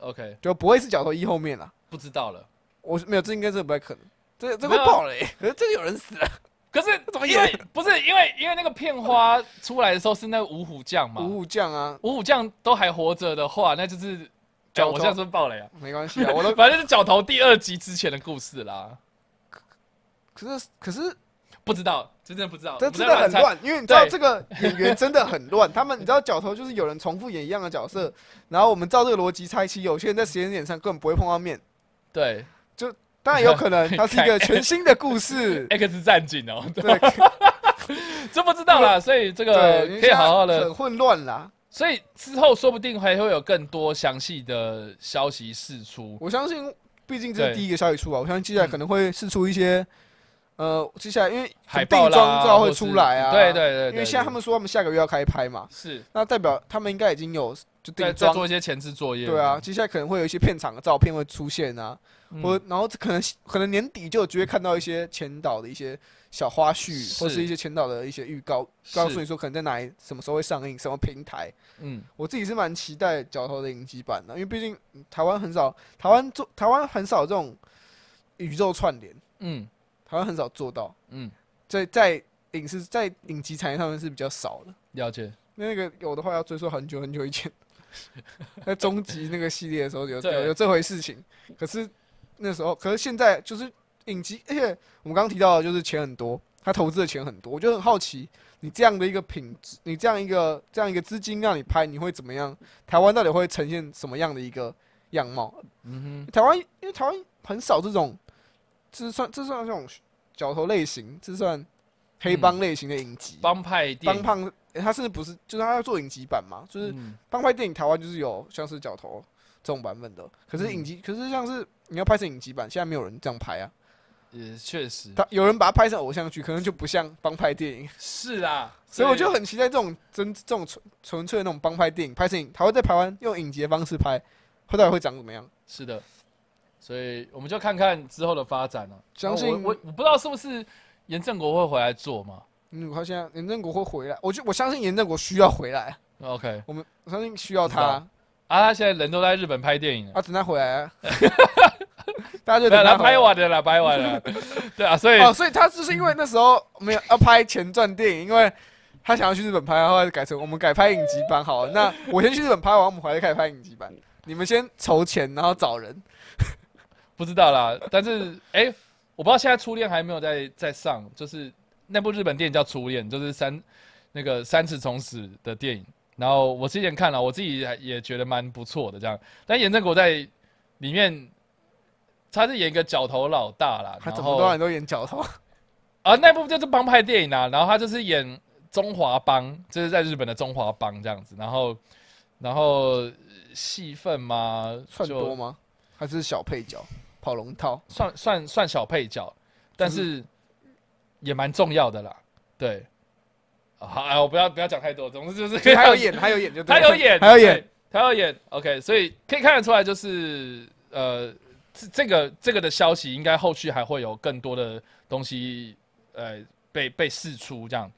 OK，就不会是角头一后面了。不知道了。我是没有，这应该是不太可能。这这没有会爆雷、可是这有 [LAUGHS] 人死了。可是怎么因演为 [LAUGHS] 不是因为因为那个片花出来的时候是那个五虎将嘛，五虎将啊，五虎将都还活着的话，那就是。哎，角头我这样是不是爆雷啊？没关系啊，我 [LAUGHS] 都反正是角头第二集之前的故事啦，可是可是不知道，真的不知道。这我们在真的很猜乱，因为你知道对这个演员真的很乱，他们你知道角头就是有人重复演一样的角色，然后我们照这个逻辑猜期，有些人在时间点上根本不会碰到面，对。当然有可能它是一个全新的故事 X 战警哦，对 [LAUGHS] 这不知道啦，所以这个对，因为可以好好现在的，很混乱啦。所以之后说不定还会有更多详细的消息释出。我相信，毕竟这对嗯是第一个消息出来，我相信接下来可能会试出一些，呃，接下来因为海定报啦妆照会或是出来啊，对对对对因为现在他们说他们下个月要开拍嘛，是那代表他们应该已经有在就定在妆做一些前置作业。对啊，，接下来可能会有一些片场的照片会出现啊，嗯或然后可能可能年底就有机会看到一些前导的一些小花絮，或是是一些前导的一些预告，是告诉你说可能在哪里、什么时候会上映、什么平台。嗯，我自己是蛮期待角头的影集版的，因为毕竟嗯台湾很少，台湾做台湾很少这种宇宙串联，嗯台湾很少做到，嗯，在在影视在影集产业上面是比较少的。了解。那个有的话要追溯很久很久 [LAUGHS] 以前，在终极那个系列的时候有对有有这回事情，可是那时候，可是现在就是影集，而且我们刚刚提到的就是钱很多，他投资的钱很多，我就很好奇，你这样的一个品质，你这样一个这样一个资金让你拍，你会怎么样？台湾到底会呈现什么样的一个样貌？嗯台湾因为台湾很少这种，这算这算这种角头类型，这算黑嗯帮类型的影集哼，。帮派电帮影胖，欸他甚至不是，就是他要做影集版嘛，就是嗯帮派电影台湾就是有像是角头这种版本的，可是影嗯集，可是像是你要拍成影集版，现在没有人这样拍啊，也确实他有人把它拍成偶像剧，可能就不像帮派电影，是啊，所以我就很期待这种真这种纯纯粹的那种帮派电影拍成影，他会在台湾用影集的方式拍，会到底会长怎么样？是的，所以我们就看看之后的发展啊了。相信哦我我我不知道是不是严正国会回来做嘛嗯，他现在严正国会回来，我就我相信严正国需要回来， ？OK，我们我相信需要知他道，啊，他现在人都在日本拍电影了。啊，等他回 [LAUGHS] 来、啊，大家就没有等啦，他回来拍完了啦，拍完了。 [LAUGHS] 对啊，所以哦，所以他就是因为那时候没有要拍前传电影，因为他想要去日本拍，然后来改成我们改拍影集版好了。那我先去日本拍完，我们回来开始拍影集版。你们先筹钱，然后找人。不知道啦。但是哎、我不知道现在《初恋》还没有在在上，就是那部日本电影叫《初恋》，就是三那个三次重死的电影。然后我之前看了，我自己还也觉得蛮不错的这样。但严正国在里面，他是演一个角头老大啦，他然怎么后多人都演角头， [LAUGHS] 啊，那部就是帮派电影啊，然后他就是演中华帮，就是在日本的中华帮这样子，然后然后戏份嘛，算就多吗？还是小配角跑龙套？算算算小配角，但是也蛮重要的啦。对，啊好，哎，我不要不要讲太多，总之就是所以还有，演，还有演 [LAUGHS] 就对还了，有演，还有演对，还有演。OK，所以可以看得出来，就是呃，这这个这个的消息，应该后续还会有更多的东西，呃，被被释出这样。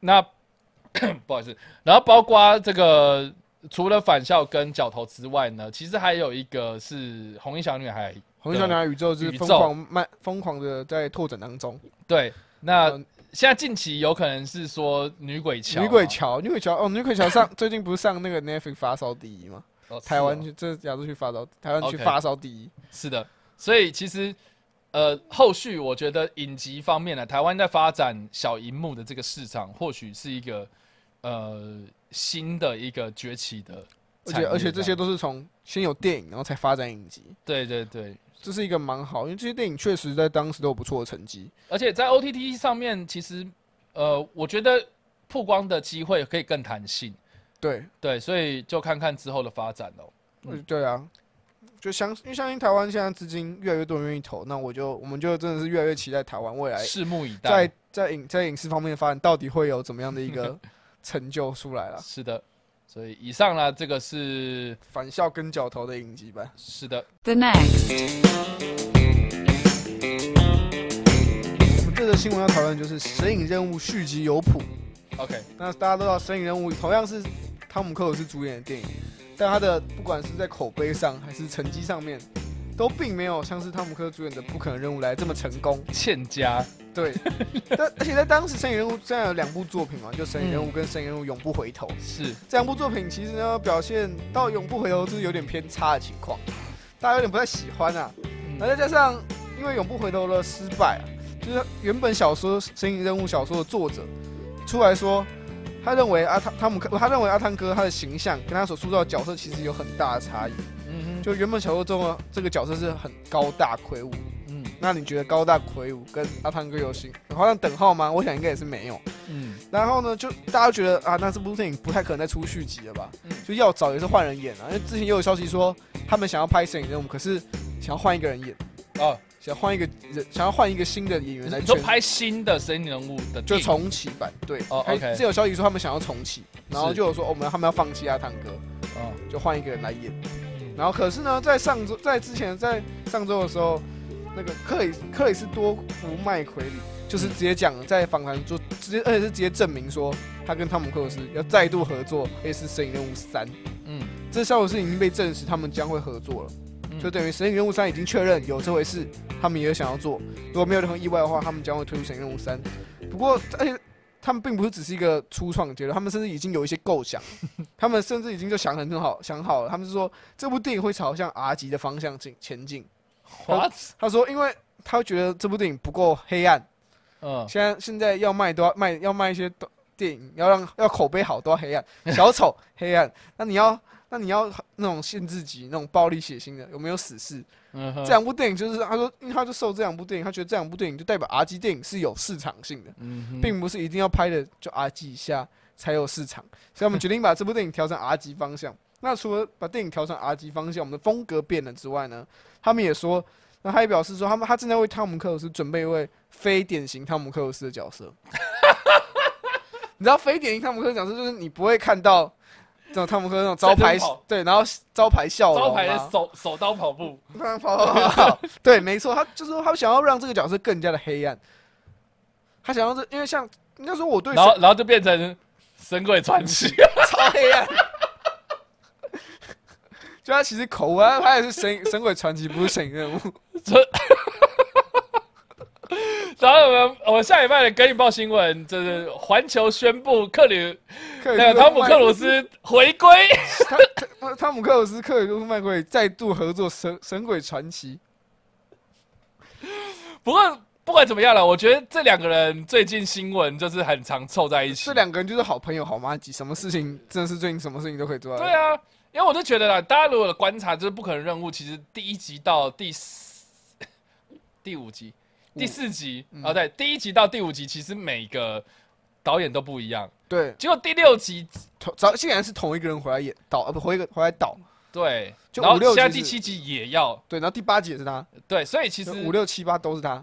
那 [COUGHS] 不好意思，然后包括这个。除了返校跟角头之外呢，其实还有一个是红衣小女孩。红衣小女孩宇宙就是宇疯宙狂慢疯狂的在拓展当中。对，那嗯现在近期有可能是说女鬼桥啊嘛，女鬼桥，女鬼桥哦，女鬼桥上最近不是上那个 Netflix 发烧第一吗？哦，是台湾哦区这亚洲区发烧，台湾区 OK 发烧第一。是的，所以其实呃，后续我觉得影集方面呢，台湾在发展小荧幕的这个市场，或许是一个呃新的一个崛起的而产且业，而且这些都是从先有电影，然后才发展影集，对对对，这是一个蛮好，因为这些电影确实在当时都有不错的成绩。而且在 OTT 上面，其实呃，我觉得曝光的机会可以更弹性，对，对，所以就看看之后的发展喽。嗯嗯、对啊，就相因为相信台湾现在资金越来越多人愿意投，那我就我们就真的是越来越期待台湾未来拭目以待哎在。在影在影视方面的发展到底会有怎么样的一个成就出 [LAUGHS] 来了。是的，所以以上呢，这个是返校跟脚头的影集版，是的， The next. 我们这则新闻要讨论就是《神隐任务》续集有谱。 OK，那大家都知道，《神隐任务》同样是汤姆克鲁斯主演的电影，但他的不管是在口碑上还是成绩上面，都并没有像是汤姆克鲁斯主演的《不可能任务》来这么成功。欠佳，对， [LAUGHS] 但而且在当时《神隐任务》虽然有两部作品嘛，就《神隐任务》跟《神隐任务永不回头》是这两部作品，其实呢表现到永不回头就是有点偏差的情况，大家有点不太喜欢啊。嗯那再加上因为永不回头的失败、啊，就是原本小说《神隐任务》小说的作者出来说，他认为阿汤汤姆克，他认为阿汤哥他的形象跟他所塑造的角色其实有很大的差异。嗯哼，就原本小说中的这个角色是很高大魁梧，嗯那你觉得高大魁梧跟阿汤哥有形好像等号吗？我想应该也是没有。嗯，然后呢，就大家觉得啊，那这部电影不太可能再出续集了吧？嗯就要找也是换人演啊，因为之前也有消息说他们想要拍《神隐任务》，可是想要换一个人演。哦，想换一个人，想要换一个新的演员来你圈说，拍新的神隐人物的就电影，重启版。对，哦还 OK 之前有消息说他们想要重启，然后是就有说、哦我们他们要放弃阿汤哥，哦就换一个人来演。嗯然后可是呢，在上周，在之前在上周的时候，那个克里克里斯多福麦奎里嗯就是直接讲在访谈就直接，而且是直接证明说他跟汤姆克鲁斯要再度合作，也是《神隐任务三》。嗯，这消息是已经被证实，他们将会合作了，嗯就等于《神隐任务三》已经确认有这回事，他们也想要做。如果没有任何意外的话，他们将会推出《神隐任务三》。不过，而且他们并不是只是一个初创的阶段，他们甚至已经有一些构想，他们甚至已经就想得很好，想好了。他们是说这部电影会朝向 R 级的方向进前进。 what？他说，因为他觉得这部电影不够黑暗，嗯，现在现在要卖都要卖，要卖一些都电影，要让要口碑好都要黑暗，小丑黑暗，那你要那你要那种限制级、那种暴力血腥的，有没有死侍？嗯哼这两部电影就是他说，因为他就受这两部电影，他觉得这两部电影就代表 R G 电影是有市场性的，嗯哼并不是一定要拍的就 R G 一下才有市场，所以 [LAUGHS] 我们决定把这部电影调成 R G 方向。那除了把电影调成 R G 方向，我们的风格变了之外呢，他们也说，那他也表示说，他们他正在为汤姆克鲁斯准备一位非典型汤姆克鲁斯的 [LAUGHS] 角色。你知道非典型汤姆克鲁斯的角色就是你不会看到这种汤姆克鲁斯那种招牌在奔跑对，然后招牌笑容啊招牌的手手刀跑步，慢慢跑跑跑跑跑， [LAUGHS] 对，没错，他就是说他想要让这个角色更加的黑暗，他想要这，因为像应该说我对然后然后就变成神鬼传 [LAUGHS] 奇，超黑暗，就他其实口啊吻，他拍的是神神鬼传奇，不是神隐任务，然后我们我们下礼拜的跟你报新闻，就是环球宣布克里克 [LAUGHS] 那个汤姆克鲁斯回归， [LAUGHS] 他他汤姆克鲁斯、克里斯麦奎尔再度合作神神鬼传奇，不过。不管怎么样了，我觉得这两个人最近新闻就是很常凑在一起。这两个人就是好朋友、好妈鸡，什么事情真的是最近什么事情都可以做到，对啊，因为我就觉得啦，大家如果有观察，就是不可能任务，其实第一集到第四、第五集，第四集啊，对，第一集到第五集，其实每个导演都不一样。对，结果第六集，同早竟然是同一个人回来演导，呃、啊，不，回个回来导，对，就然后五六现在集第是七集也要对，然后第八集也是他，对，所以其实就五六七八都是他，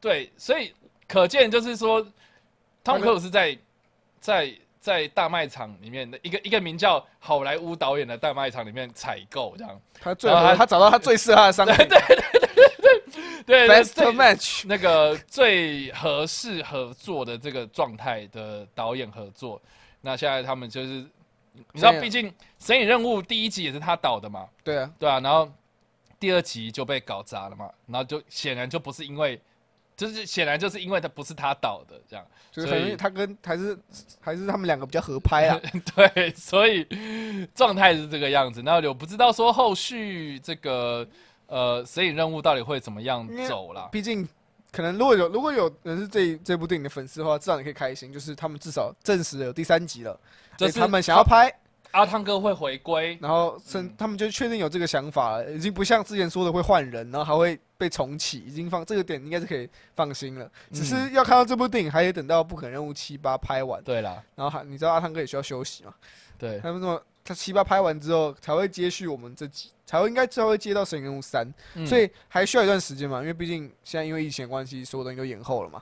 对，所以可见就是说，汤姆克鲁斯在在在大卖场里面的一个一个名叫好莱坞导演的大卖场里面采购这样，他最然后合他他找到他最适合他的 [LAUGHS] 商品对对，best 对， match，那个最合适合作的这个状态的导演合作。那现在他们就是，你知道，对啊毕竟《神隐任务》第一集也是他导的嘛，对啊，对啊，然后第二集就被搞砸了嘛，然后就显然就不是因为，就是显然就是因为他不是他导的这样，就是所以很容易他跟还是还是他们两个比较合拍啊， [LAUGHS] 对，所以状态是这个样子。那我不知道说后续这个呃神隐任务到底会怎么样走啦。 [LAUGHS] 毕竟可能如果有如果有人是这这部电影的粉丝的话，至少你可以开心，就是他们至少证实了有第三集了，就哎是嗯他们想要拍，阿汤哥会回归，然后甚、他们就确定有这个想法了，已经不像之前说的会换人，然后还会被重启，已经放这个点应该是可以放心了。只是嗯要看到这部电影，还得等到《不可能任务七八》拍完，对啦，然后还你知道阿汤哥也需要休息嘛？对，他们说他七八拍完之后才会接续我们这集，才会应该才会接到《神隐任务三》，嗯所以还需要一段时间嘛，因为毕竟现在因为疫情的关系，所有东西都延后了嘛，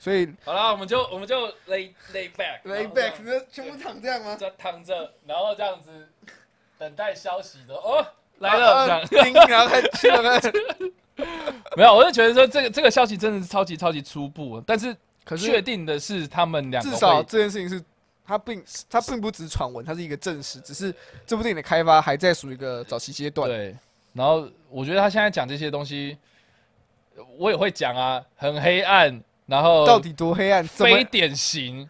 所以好啦，我们就我们就 lay lay back lay 然 back 后这全部躺这样吗？这样就躺着，然后这样子等待消息的哦。来了，这啊样啊叮，然后开去了， [LAUGHS] 没有，我就觉得说这个这个消息真的是超级超级初步，但是可是确定的是他们两个至少会这件事情是，它并它并不只是传闻，它是一个证实，只是这部电影的开发还在属于一个早期阶段。对，然后我觉得他现在讲这些东西，我也会讲啊，很黑暗，然后到底多黑暗？怎么非？典型，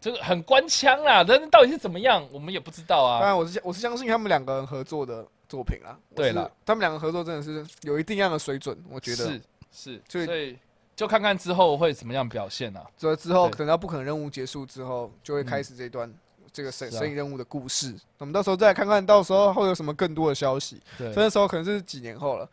这个很官腔啦，但是到底是怎么样，我们也不知道当啊。然，我是相我是相信他们两个人合作的作品啦。我对是啦，他们两个合作真的是有一定样的水准，我觉得是。是，所以所以就看看之后会怎么样表现啊。所以之后对嗯等到不可能任务结束之后，就会开始这段。这个神是啊神隐任务的故事，我们到时候再来看看，到时候会有什么更多的消息。对所以，那时候可能是几年后了。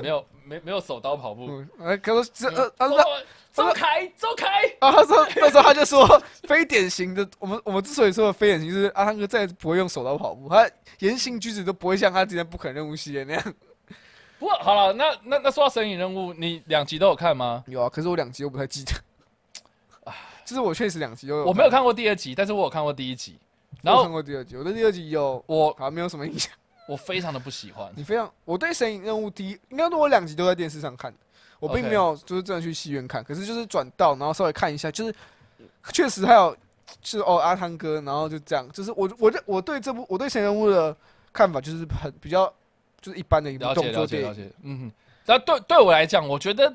没有没没有手刀跑步。嗯，哎，可是这呃，啊，那哦周凯，周凯，啊，他说那时候他就说非典型的，我们我们之所以说的非典型，就是阿汤哥再也不会用手刀跑步，他言行举止都不会像他之前不肯任务系列那样。 [LAUGHS] 不过好了，那那那说到《神隐任务》，你两集都有看吗？有啊，可是我两集都不太记得， [SIGHS] 就是我确实两集都有，我没有看过第二集，但是我有看过第一集。然我有看后过第二集，我对第二集有我好像没有什么印象。我非常的不喜欢，你非常，我对《神隐任务》第一，应该说我两集都在电视上看，我并 OK 没有就是真的去戏院看，可是就是转到然后稍微看一下，就是确实还有就是哦阿汤哥，然后就这样，就是我我对我对这部我对《神隐任务》的看法就是很比较就是一般的一部了解动了作解了电影，解，嗯哼。那对对我来讲，我觉得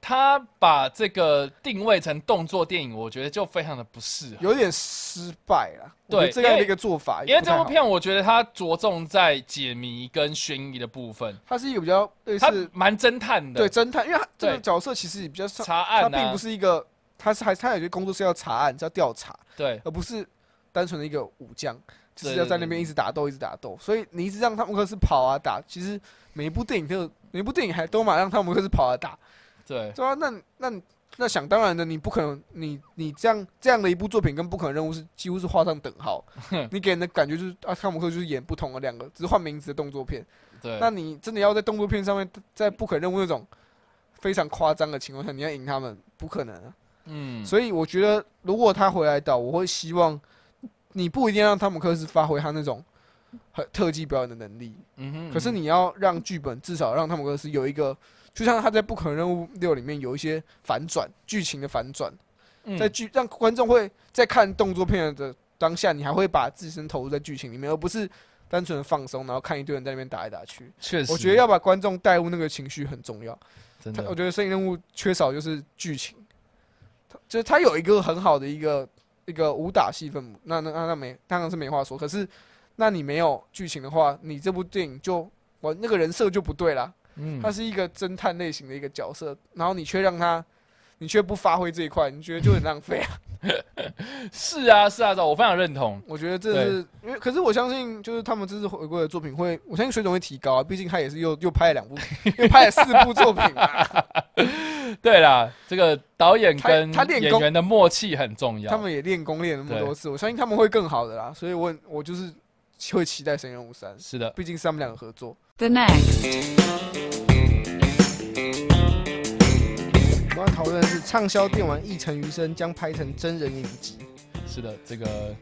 他把这个定位成动作电影，我觉得就非常的不适合。有点失败了。对我觉得这样因的为一个做法因也为不这太好，部片，我觉得它着重在解谜跟悬疑的部分，它是一个比较类它似蛮侦探的，对侦探，因为它这个对角色其实也比较像，查他案并啊不，是一个，他是还他有些工作是要查案，是要调查。对而不是单纯的一个武将，就对是对要在那对边一直打斗，一直打斗。所以你一直让汤姆克斯跑啊打，其实每一部电影都有，每一部电影还都嘛让汤姆克斯跑啊打，对对啊，那那那想当然的，你不可能，你你这样这样的一部作品跟不可能任务是几乎是画上等 [LAUGHS] 号。你给人的感觉就是啊，汤姆克斯就是演不同的两个，只是换名字的动作片。对。那你真的要在动作片上面，在不可能任务那种非常夸张的情况下，你要赢他们，不可能啊。嗯，所以我觉得，如果他回来到，我会希望你不一定让汤姆克斯发挥他那种很特技表演的能力，嗯哼可是你要让剧本至少让汤姆克斯有一个，就像他在《不可能任务六》里面有一些反转，剧情的反转，嗯在剧让观众会在看动作片的当下，你还会把自身投入在剧情里面，而不是单纯的放松，然后看一堆人在那边打来打去。确实，我觉得要把观众带入那个情绪很重要。真他我的觉得《摄影任务》缺少就是剧情，它就是它有一个很好的一个一个武打戏份，那那那那没当然是没话说。可是，那你没有剧情的话，你这部电影就我那个人设就不对啦。嗯他是一个侦探类型的一个角色，然后你却让他，你却不发挥这一块，你觉得就很浪费啊？是啊是啊，是啊我非常认同。我觉得这是因为，可是我相信就是他们这次回归的作品会，我相信水准会提高啊，毕竟他也是又又拍了两部，又拍了四部作品啊。对啦，这个导演他跟他练演功员的默契很重要。他们也练功练了那么多次，我相信他们会更好的啦。所以我我就是会期待《神人五三》，是的，毕竟是他们两个合作。 The next. 我们要讨论的是畅销电玩《一城余生》将拍成真人影集，是的，这个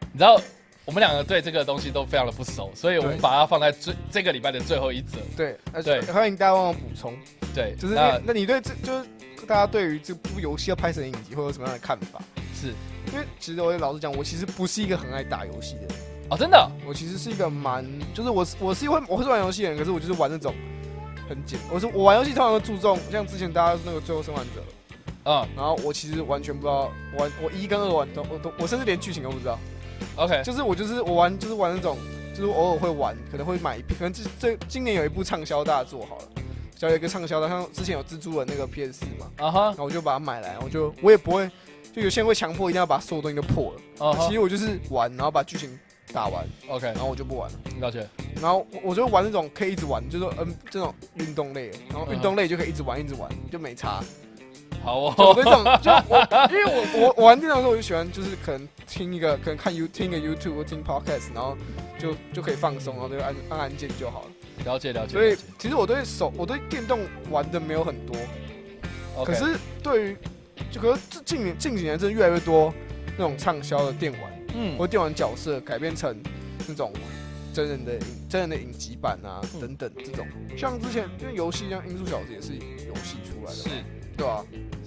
你知道，我们两个对这个东西都非常的不熟，所以我们对把它放在最这个礼拜的最后一则。对，而且对欢迎大家帮我补充，对，就是那那那你对这就是大家对于这部游戏要拍成影集会有什么样的看法？是因为其实我也老实讲，我其实不是一个很爱打游戏的人。哦，真的我其实是一个蛮，就是我是我是一会我会玩游戏的人，可是我就是玩那种很简，我是我玩游戏通常会注重像之前大家那个最后生还者，哦，嗯然后我其实完全不知道我玩我一跟二玩都我都我甚至连剧情都不知道， ，OK，就是我就是我玩就是玩那种就是我偶尔会玩，可能会买一片，可能这这今年有一部畅销大作好了，小有一个畅销大，像之前有蜘蛛人那个 PS 四嘛，啊哈然，后我就把它买来，我就我也不会，就有些人会强迫一定要把所有东西都破了，啊哈其实我就是玩，然后把剧情打完， ，OK，然后我就不玩了。了解，然后我我就玩那种可以一直玩，就是嗯这种运动类的，然后运动类就可以一直玩一直玩，就没差。好就哦我，那种就我因为我我我玩电脑的时候我就喜欢就是可能听一个可能看 You 听一个 YouTube 或听 Podcast，然后就就可以放松，然后就按按按键就好了。了解了解，所以了解其实我对手我对电动玩的没有很多， ，OK，可是对于就可是这近年近几年真的越来越多那种畅销的电玩。嗯或电玩角色改编成那种真人的影真人的影集版啊嗯等等这种，像之前因为游戏像《音速小子》也是游戏出来的，是，对啊，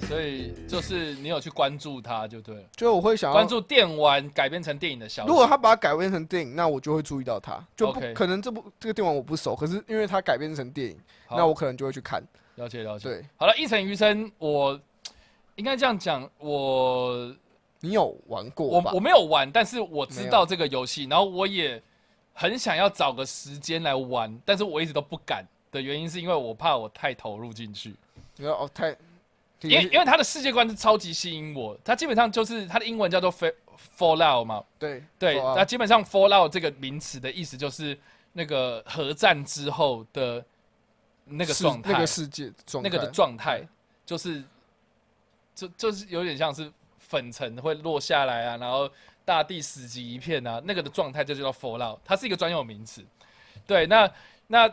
所以就是你有去关注它就对了，就我会想要关，注电玩改编成电影的消息。如果他把它改编成电影，那我就会注意到他，就不 OK 可能这部这个电玩我不熟，可是因为它改编成电影，好那我可能就会去看，了解了解。对好了，一城余生，我应该这样讲，我你有玩过我吧我？没有玩，但是我知道这个游戏，然后我也很想要找个时间来玩，但是我一直都不敢的原因是因为我怕我太投入进去，你说哦太，因为因为它的世界观是超级吸引我，它基本上就是它的英文叫做 fa- Fallout 嘛，对对，哇那基本上 Fallout 这个名词的意思就是那个核战之后的那个世状态，那个世界状那个的态状态，就是就就是有点像是粉尘会落下来啊，然后大地死寂一片啊，那个的状态就叫 fallout，它是一个专有名词。对，那那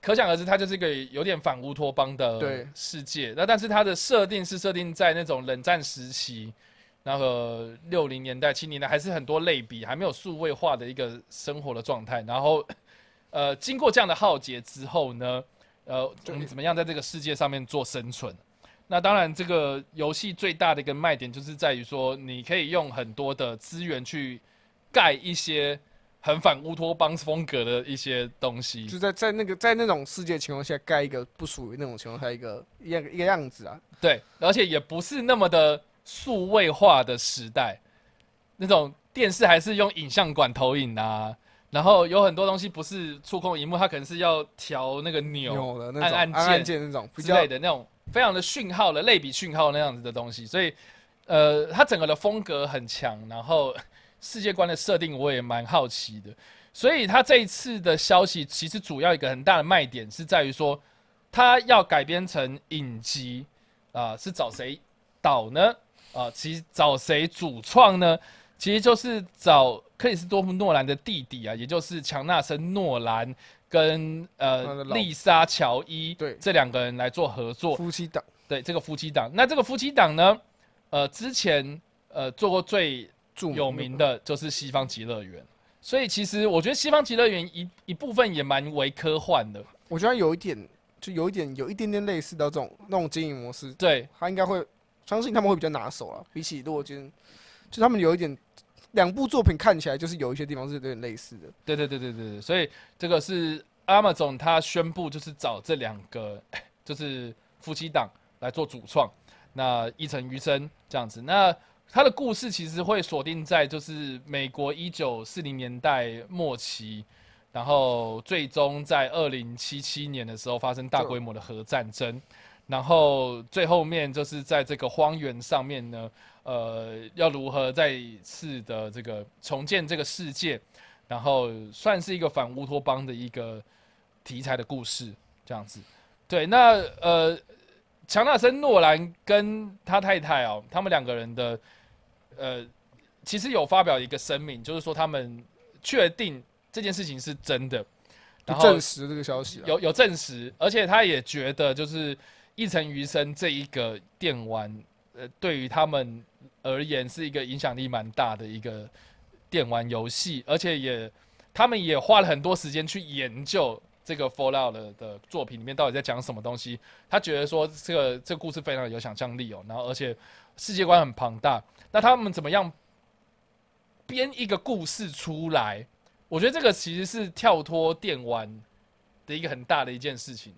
可想而知，它就是一个有点反乌托邦的对世界。那但是它的设定是设定在那种冷战时期。那个六零年代、七零年代还是很多类比，还没有数位化的一个生活的状态。然后，呃，经过这样的浩劫之后呢，呃，我对们怎么样在这个世界上面做生存？那当然，这个游戏最大的一个卖点就是在于说，你可以用很多的资源去盖一些很反乌托邦风格的一些东西。就在在那个在那种世界情况下盖一个不属于那种情况下一个一个一个样子啊，对，而且也不是那么的数位化的时代，那种电视还是用影像管投影啊，然后有很多东西不是触控荧幕，它可能是要调那个钮有的那种按按键按键那种比之较类的那种非常的讯号的类比讯号那样子的东西，所以呃，它整个的风格很强，然后 [LAUGHS] 世界观的设定我也蛮好奇的，所以它这一次的消息其实主要一个很大的卖点是在于说，它要改编成影集啊、是找谁导呢？啊、其实找谁主创呢？其实就是找克里斯多夫诺兰的弟弟啊，也就是强纳森诺兰跟他的呃老丽莎乔伊对这两个人来做合作，夫妻档，对这个夫妻档。那这个夫妻档呢，呃，之前呃做过最著有名的就是《西方极乐园》，所以其实我觉得《西方极乐园一》一部分也蛮为科幻的，我觉得有一点，就有一点，有一点点类似到这种那种经营模式，对，他应该会相信他们会比较拿手了。比起如果今天，就他们有一点，两部作品看起来就是有一些地方是有点类似的。对对对对对对，所以这个是 Amazon 它宣布就是找这两个就是夫妻档来做主创，那一城余生这样子。那它的故事其实会锁定在就是美国一九四零年代末期，然后最终在二零七七年的时候发生大规模的核战争，然后最后面就是在这个荒原上面呢，呃，要如何再次的这个重建这个世界，然后算是一个反乌托邦的一个题材的故事，这样子。对，那呃，强纳森诺兰跟他太太哦，他们两个人的呃，其实有发表一个声明，就是说他们确定这件事情是真的，就然后证实这个消息了。啊有有证实，而且他也觉得就是一城余生这一个电玩，呃，对于他们而言是一个影响力蛮大的一个电玩游戏，而且也他们也花了很多时间去研究这个 Fallout 的的作品里面到底在讲什么东西。他觉得说这个这个故事非常有想象力哦，然后而且世界观很庞大。那他们怎么样编一个故事出来？我觉得这个其实是跳脱电玩的一个很大的一件事情，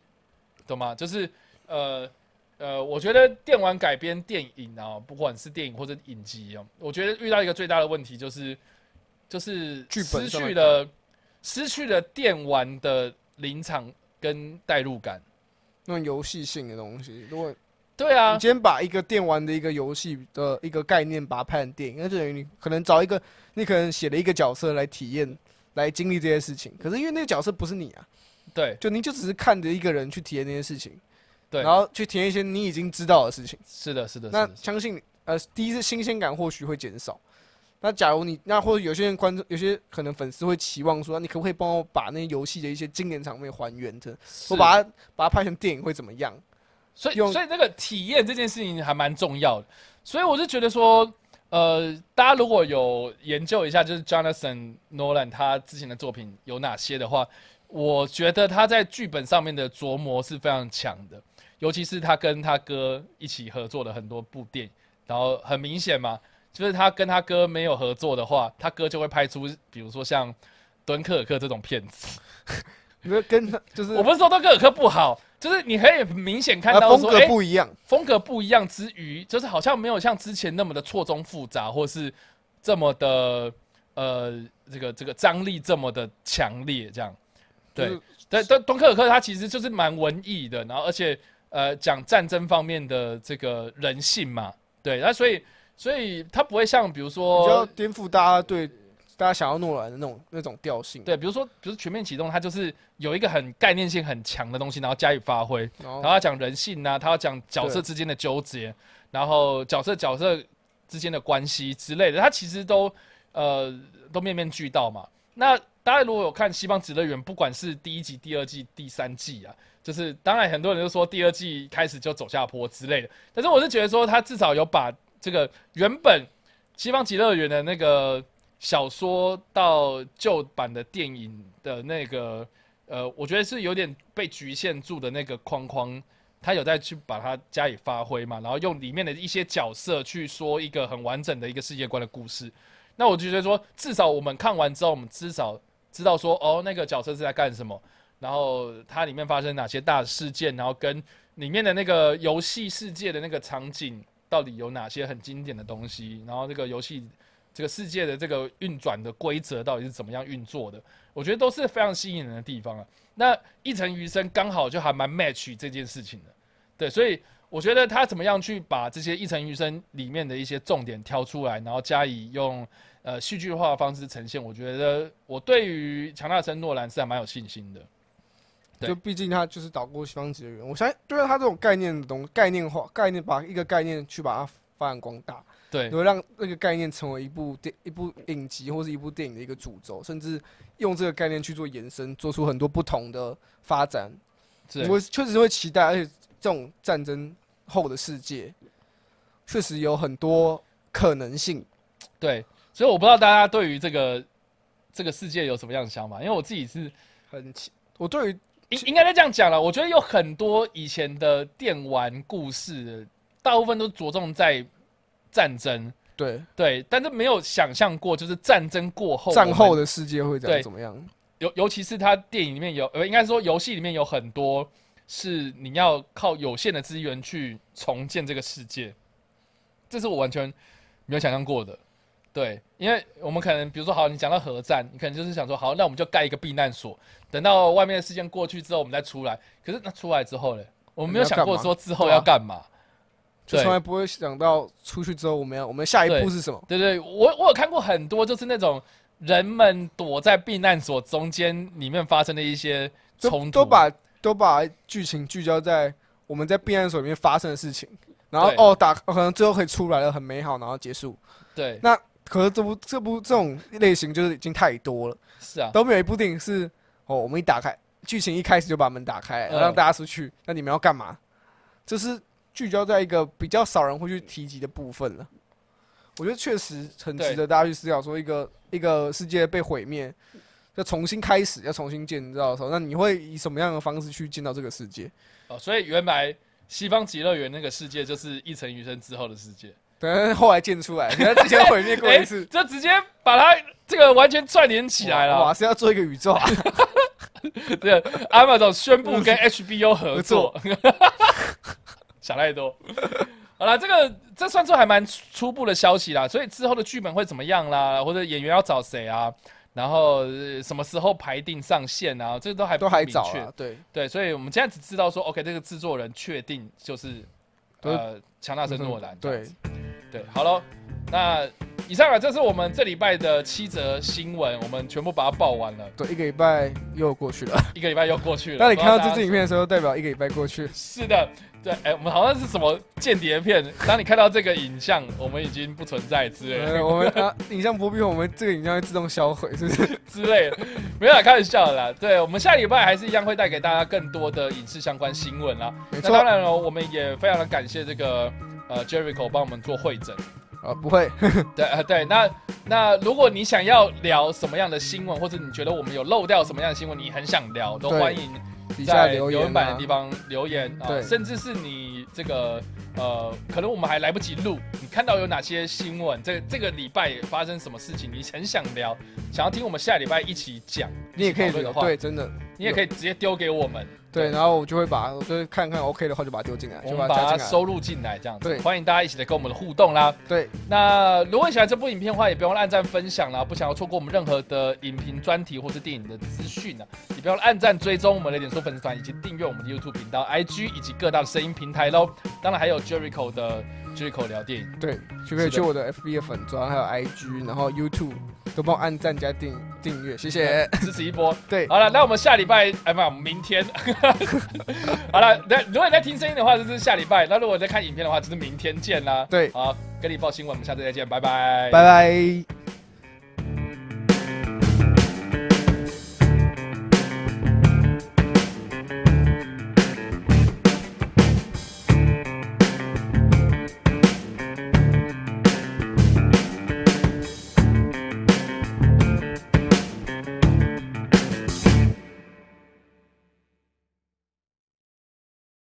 懂吗？就是呃呃，我觉得电玩改编电影啊，不管是电影或者影集啊，我觉得遇到一个最大的问题就是就是剧本失上去面了失去了电玩的临场跟代入感。那种游戏性的东西，如果对啊，你今天把一个电玩的一个游戏的一个概念把它拍成电影，那就等于你可能找一个，你可能写了一个角色来体验、来经历这些事情。可是因为那个角色不是你啊，对就你就只是看着一个人去体验那些事情，对，然后去体验一些你已经知道的事情。是的，是的，是那的，是的相信呃，第一是新鲜感或许会减少。那假如你那或者有些人观众有些可能粉丝会期望说，你可不可以帮我把那些游戏的一些经典场面还原成，是我把它把它拍成电影会怎么样？所以用所以这个体验这件事情还蛮重要的，所以我就觉得说，呃，大家如果有研究一下，就是 Jonathan Nolan 他之前的作品有哪些的话，我觉得他在剧本上面的琢磨是非常强的，尤其是他跟他哥一起合作的很多部电影，然后很明显嘛，就是他跟他哥没有合作的话，他哥就会拍出比如说像《敦刻尔克》这种片子。你说跟他就是我不是说敦刻尔克不好，就是你可以很明显看啊到风说，格哎、不一样。风格不一样之余，就是好像没有像之前那么的错综复杂，或是这么的呃，这个这个张力这么的强烈，这样。对就是，对，但敦刻尔克它其实就是蛮文艺的，然后而且呃讲战争方面的这个人性嘛，对，那所以所以它不会像比如比较说颠覆大家对大家想要诺兰的那种那种调性。，对，比如说比如说全面启动，它就是有一个很概念性很强的东西，然后加以发挥，然后然后他讲人性呐、他要讲角色对之间的纠结，然后角色角色之间的关系之类的，他其实都呃都面面俱到嘛。那大家如果有看《西方极乐园》，不管是第一季、第二季、第三季啊，就是当然很多人就说第二季开始就走下坡之类的，但是我是觉得说他至少有把这个原本《西方极乐园》的那个小说到旧版的电影的那个呃，我觉得是有点被局限住的那个框框，他有在去把它加以发挥嘛，然后用里面的一些角色去说一个很完整的一个世界观的故事。那我就觉得说，至少我们看完之后，我们至少知道说，哦，那个角色是在干什么，然后它里面发生哪些大事件，然后跟里面的那个游戏世界的那个场景到底有哪些很经典的东西，然后这个游戏这个世界的这个运转的规则到底是怎么样运作的，我觉得都是非常吸引人的地方啊。那一城余生刚好就还蛮 match 这件事情的，对，所以我觉得他怎么样去把这些一城余生里面的一些重点挑出来，然后加以用呃戏剧化的方式呈现，我觉得我对于强纳森诺兰是还蛮有信心的。对就毕竟他就是导过西方极乐园，我相信就是他这种概念的东概念化概念，把一个概念去把它发扬光大，对你，会让那个概念成为一部电一部影集或是一部电影的一个主轴，甚至用这个概念去做延伸，做出很多不同的发展。是我确实会期待，而且这种战争后的世界，确实有很多可能性。对，所以我不知道大家对于这个这个世界有什么样的想法，因为我自己是很期，我对于应应该在这样讲了，我觉得有很多以前的电玩故事，大部分都着重在战争，对对，但是没有想象过就是战争过后，战我后们的世界会对长怎么样？尤尤其是他电影里面有，呃，应该说游戏里面有很多是你要靠有限的资源去重建这个世界，这是我完全没有想象过的。对，因为我们可能比如说，好，你讲到核战，你可能就是想说，好，那我们就盖一个避难所，等到外面的事件过去之后，我们再出来。可是那出来之后嘞，我们没有想过说之后要干嘛。啊就从来不会想到出去之后我们要我们下一对步是什么？对对，我我有看过很多，就是那种人们躲在避难所中间里面发生的一些都冲突，都把都把剧情聚焦在我们在避难所里面发生的事情，然后对哦打可能最后可以出来了，很美好，然后结束。对，那可是这部这部这种类型就是已经太多了，是啊，都没有一部电影是哦，我们一打开剧情一开始就把门打开，嗯让大家出去，那你们要干嘛？就是聚焦在一个比较少人会去提及的部分了。我觉得确实很值对得大家去思考，说一个一个世界被毁灭，要重新开始，要重新建造的时候，那你会以什么样的方式去建造这个世界？哦，所以原来西方极乐园那个世界就是一层余生之后的世界。等后来建出来，你看之前毁灭过一 [LAUGHS] 哎次，这直接把它这个完全串联起来哇，了。是要做一个宇宙 [LAUGHS] 啊！对，Amazon 宣布 [LAUGHS] 跟 HBO 合合作作， [LAUGHS] 想太多。好啦，这个这算是还蛮初初步的消息啦，所以之后的剧本会怎么样啦，或者演员要找谁啊，然后呃什么时候排定上线啊，这都还不都还明早确啊，对，对，所以我们现在只知道说，OK，这个制作人确定就是都是呃强纳森诺兰这样嗯对子。，对，好喽，那以上啊，这是我们这礼拜的七则新闻，我们全部把它报完了，对，一个礼拜又过去了。一个礼拜又过去了。当你看到这不知道大家支影片的时候，代表一个礼拜过去了。是的，对，哎、我们好像是什么间谍片，当你看到这个影像，我们已经不存在之类的呃，我们啊，影像不必，我们这个影像会自动销毁，是 [LAUGHS] 不是？之类的，没有啦，开玩笑的啦。对，我们下礼拜还是一样会带给大家更多的影视相关新闻啊啦。没那错当，然了，我们也非常的感谢这个呃 Jericho 帮我们做会诊。啊，不会，对啊、呃对，那那如果你想要聊什么样的新闻，或者你觉得我们有漏掉什么样的新闻，你很想聊，都对欢迎底下在留留言言板的啊地，方留言啊、对甚至是你这个呃，可能我们还来不及录，你看到有哪些新闻，这这个礼拜发生什么事情，你很想聊，想要听我们下礼拜一起讲，你也可以讨论的留，话对，真的，你也可以直接丢给我们，对，然后我就会把，我就会看看 OK 的话就把它丢进来，我就们它把加它进来。收录进来，这样子对，欢迎大家一起来跟我们的互动啦。对，那如果你喜欢这部影片的话，也不用按赞分享啦，不想要错过我们任何的影评专题或是电影的资讯呢，啊也不要按赞追踪我们的脸书粉丝团，以及订阅我们的 YouTube 频道、IG 以及各大的声音平台喽。当然还有 Jericho 的 Jericho 聊电影，对，是就可的以去我的 FB 的粉砖，还有 IG，然后 YouTube 都帮我按赞加订订阅，谢谢。支持一波。对，好了，那我们下礼拜，哎，不，明天。 [LAUGHS] 好了，那如果你在听声音的话，就是下礼拜；那如果你在看影片的话，就是明天见啦。对好，跟你报新闻，我们下次再见，拜拜，拜拜。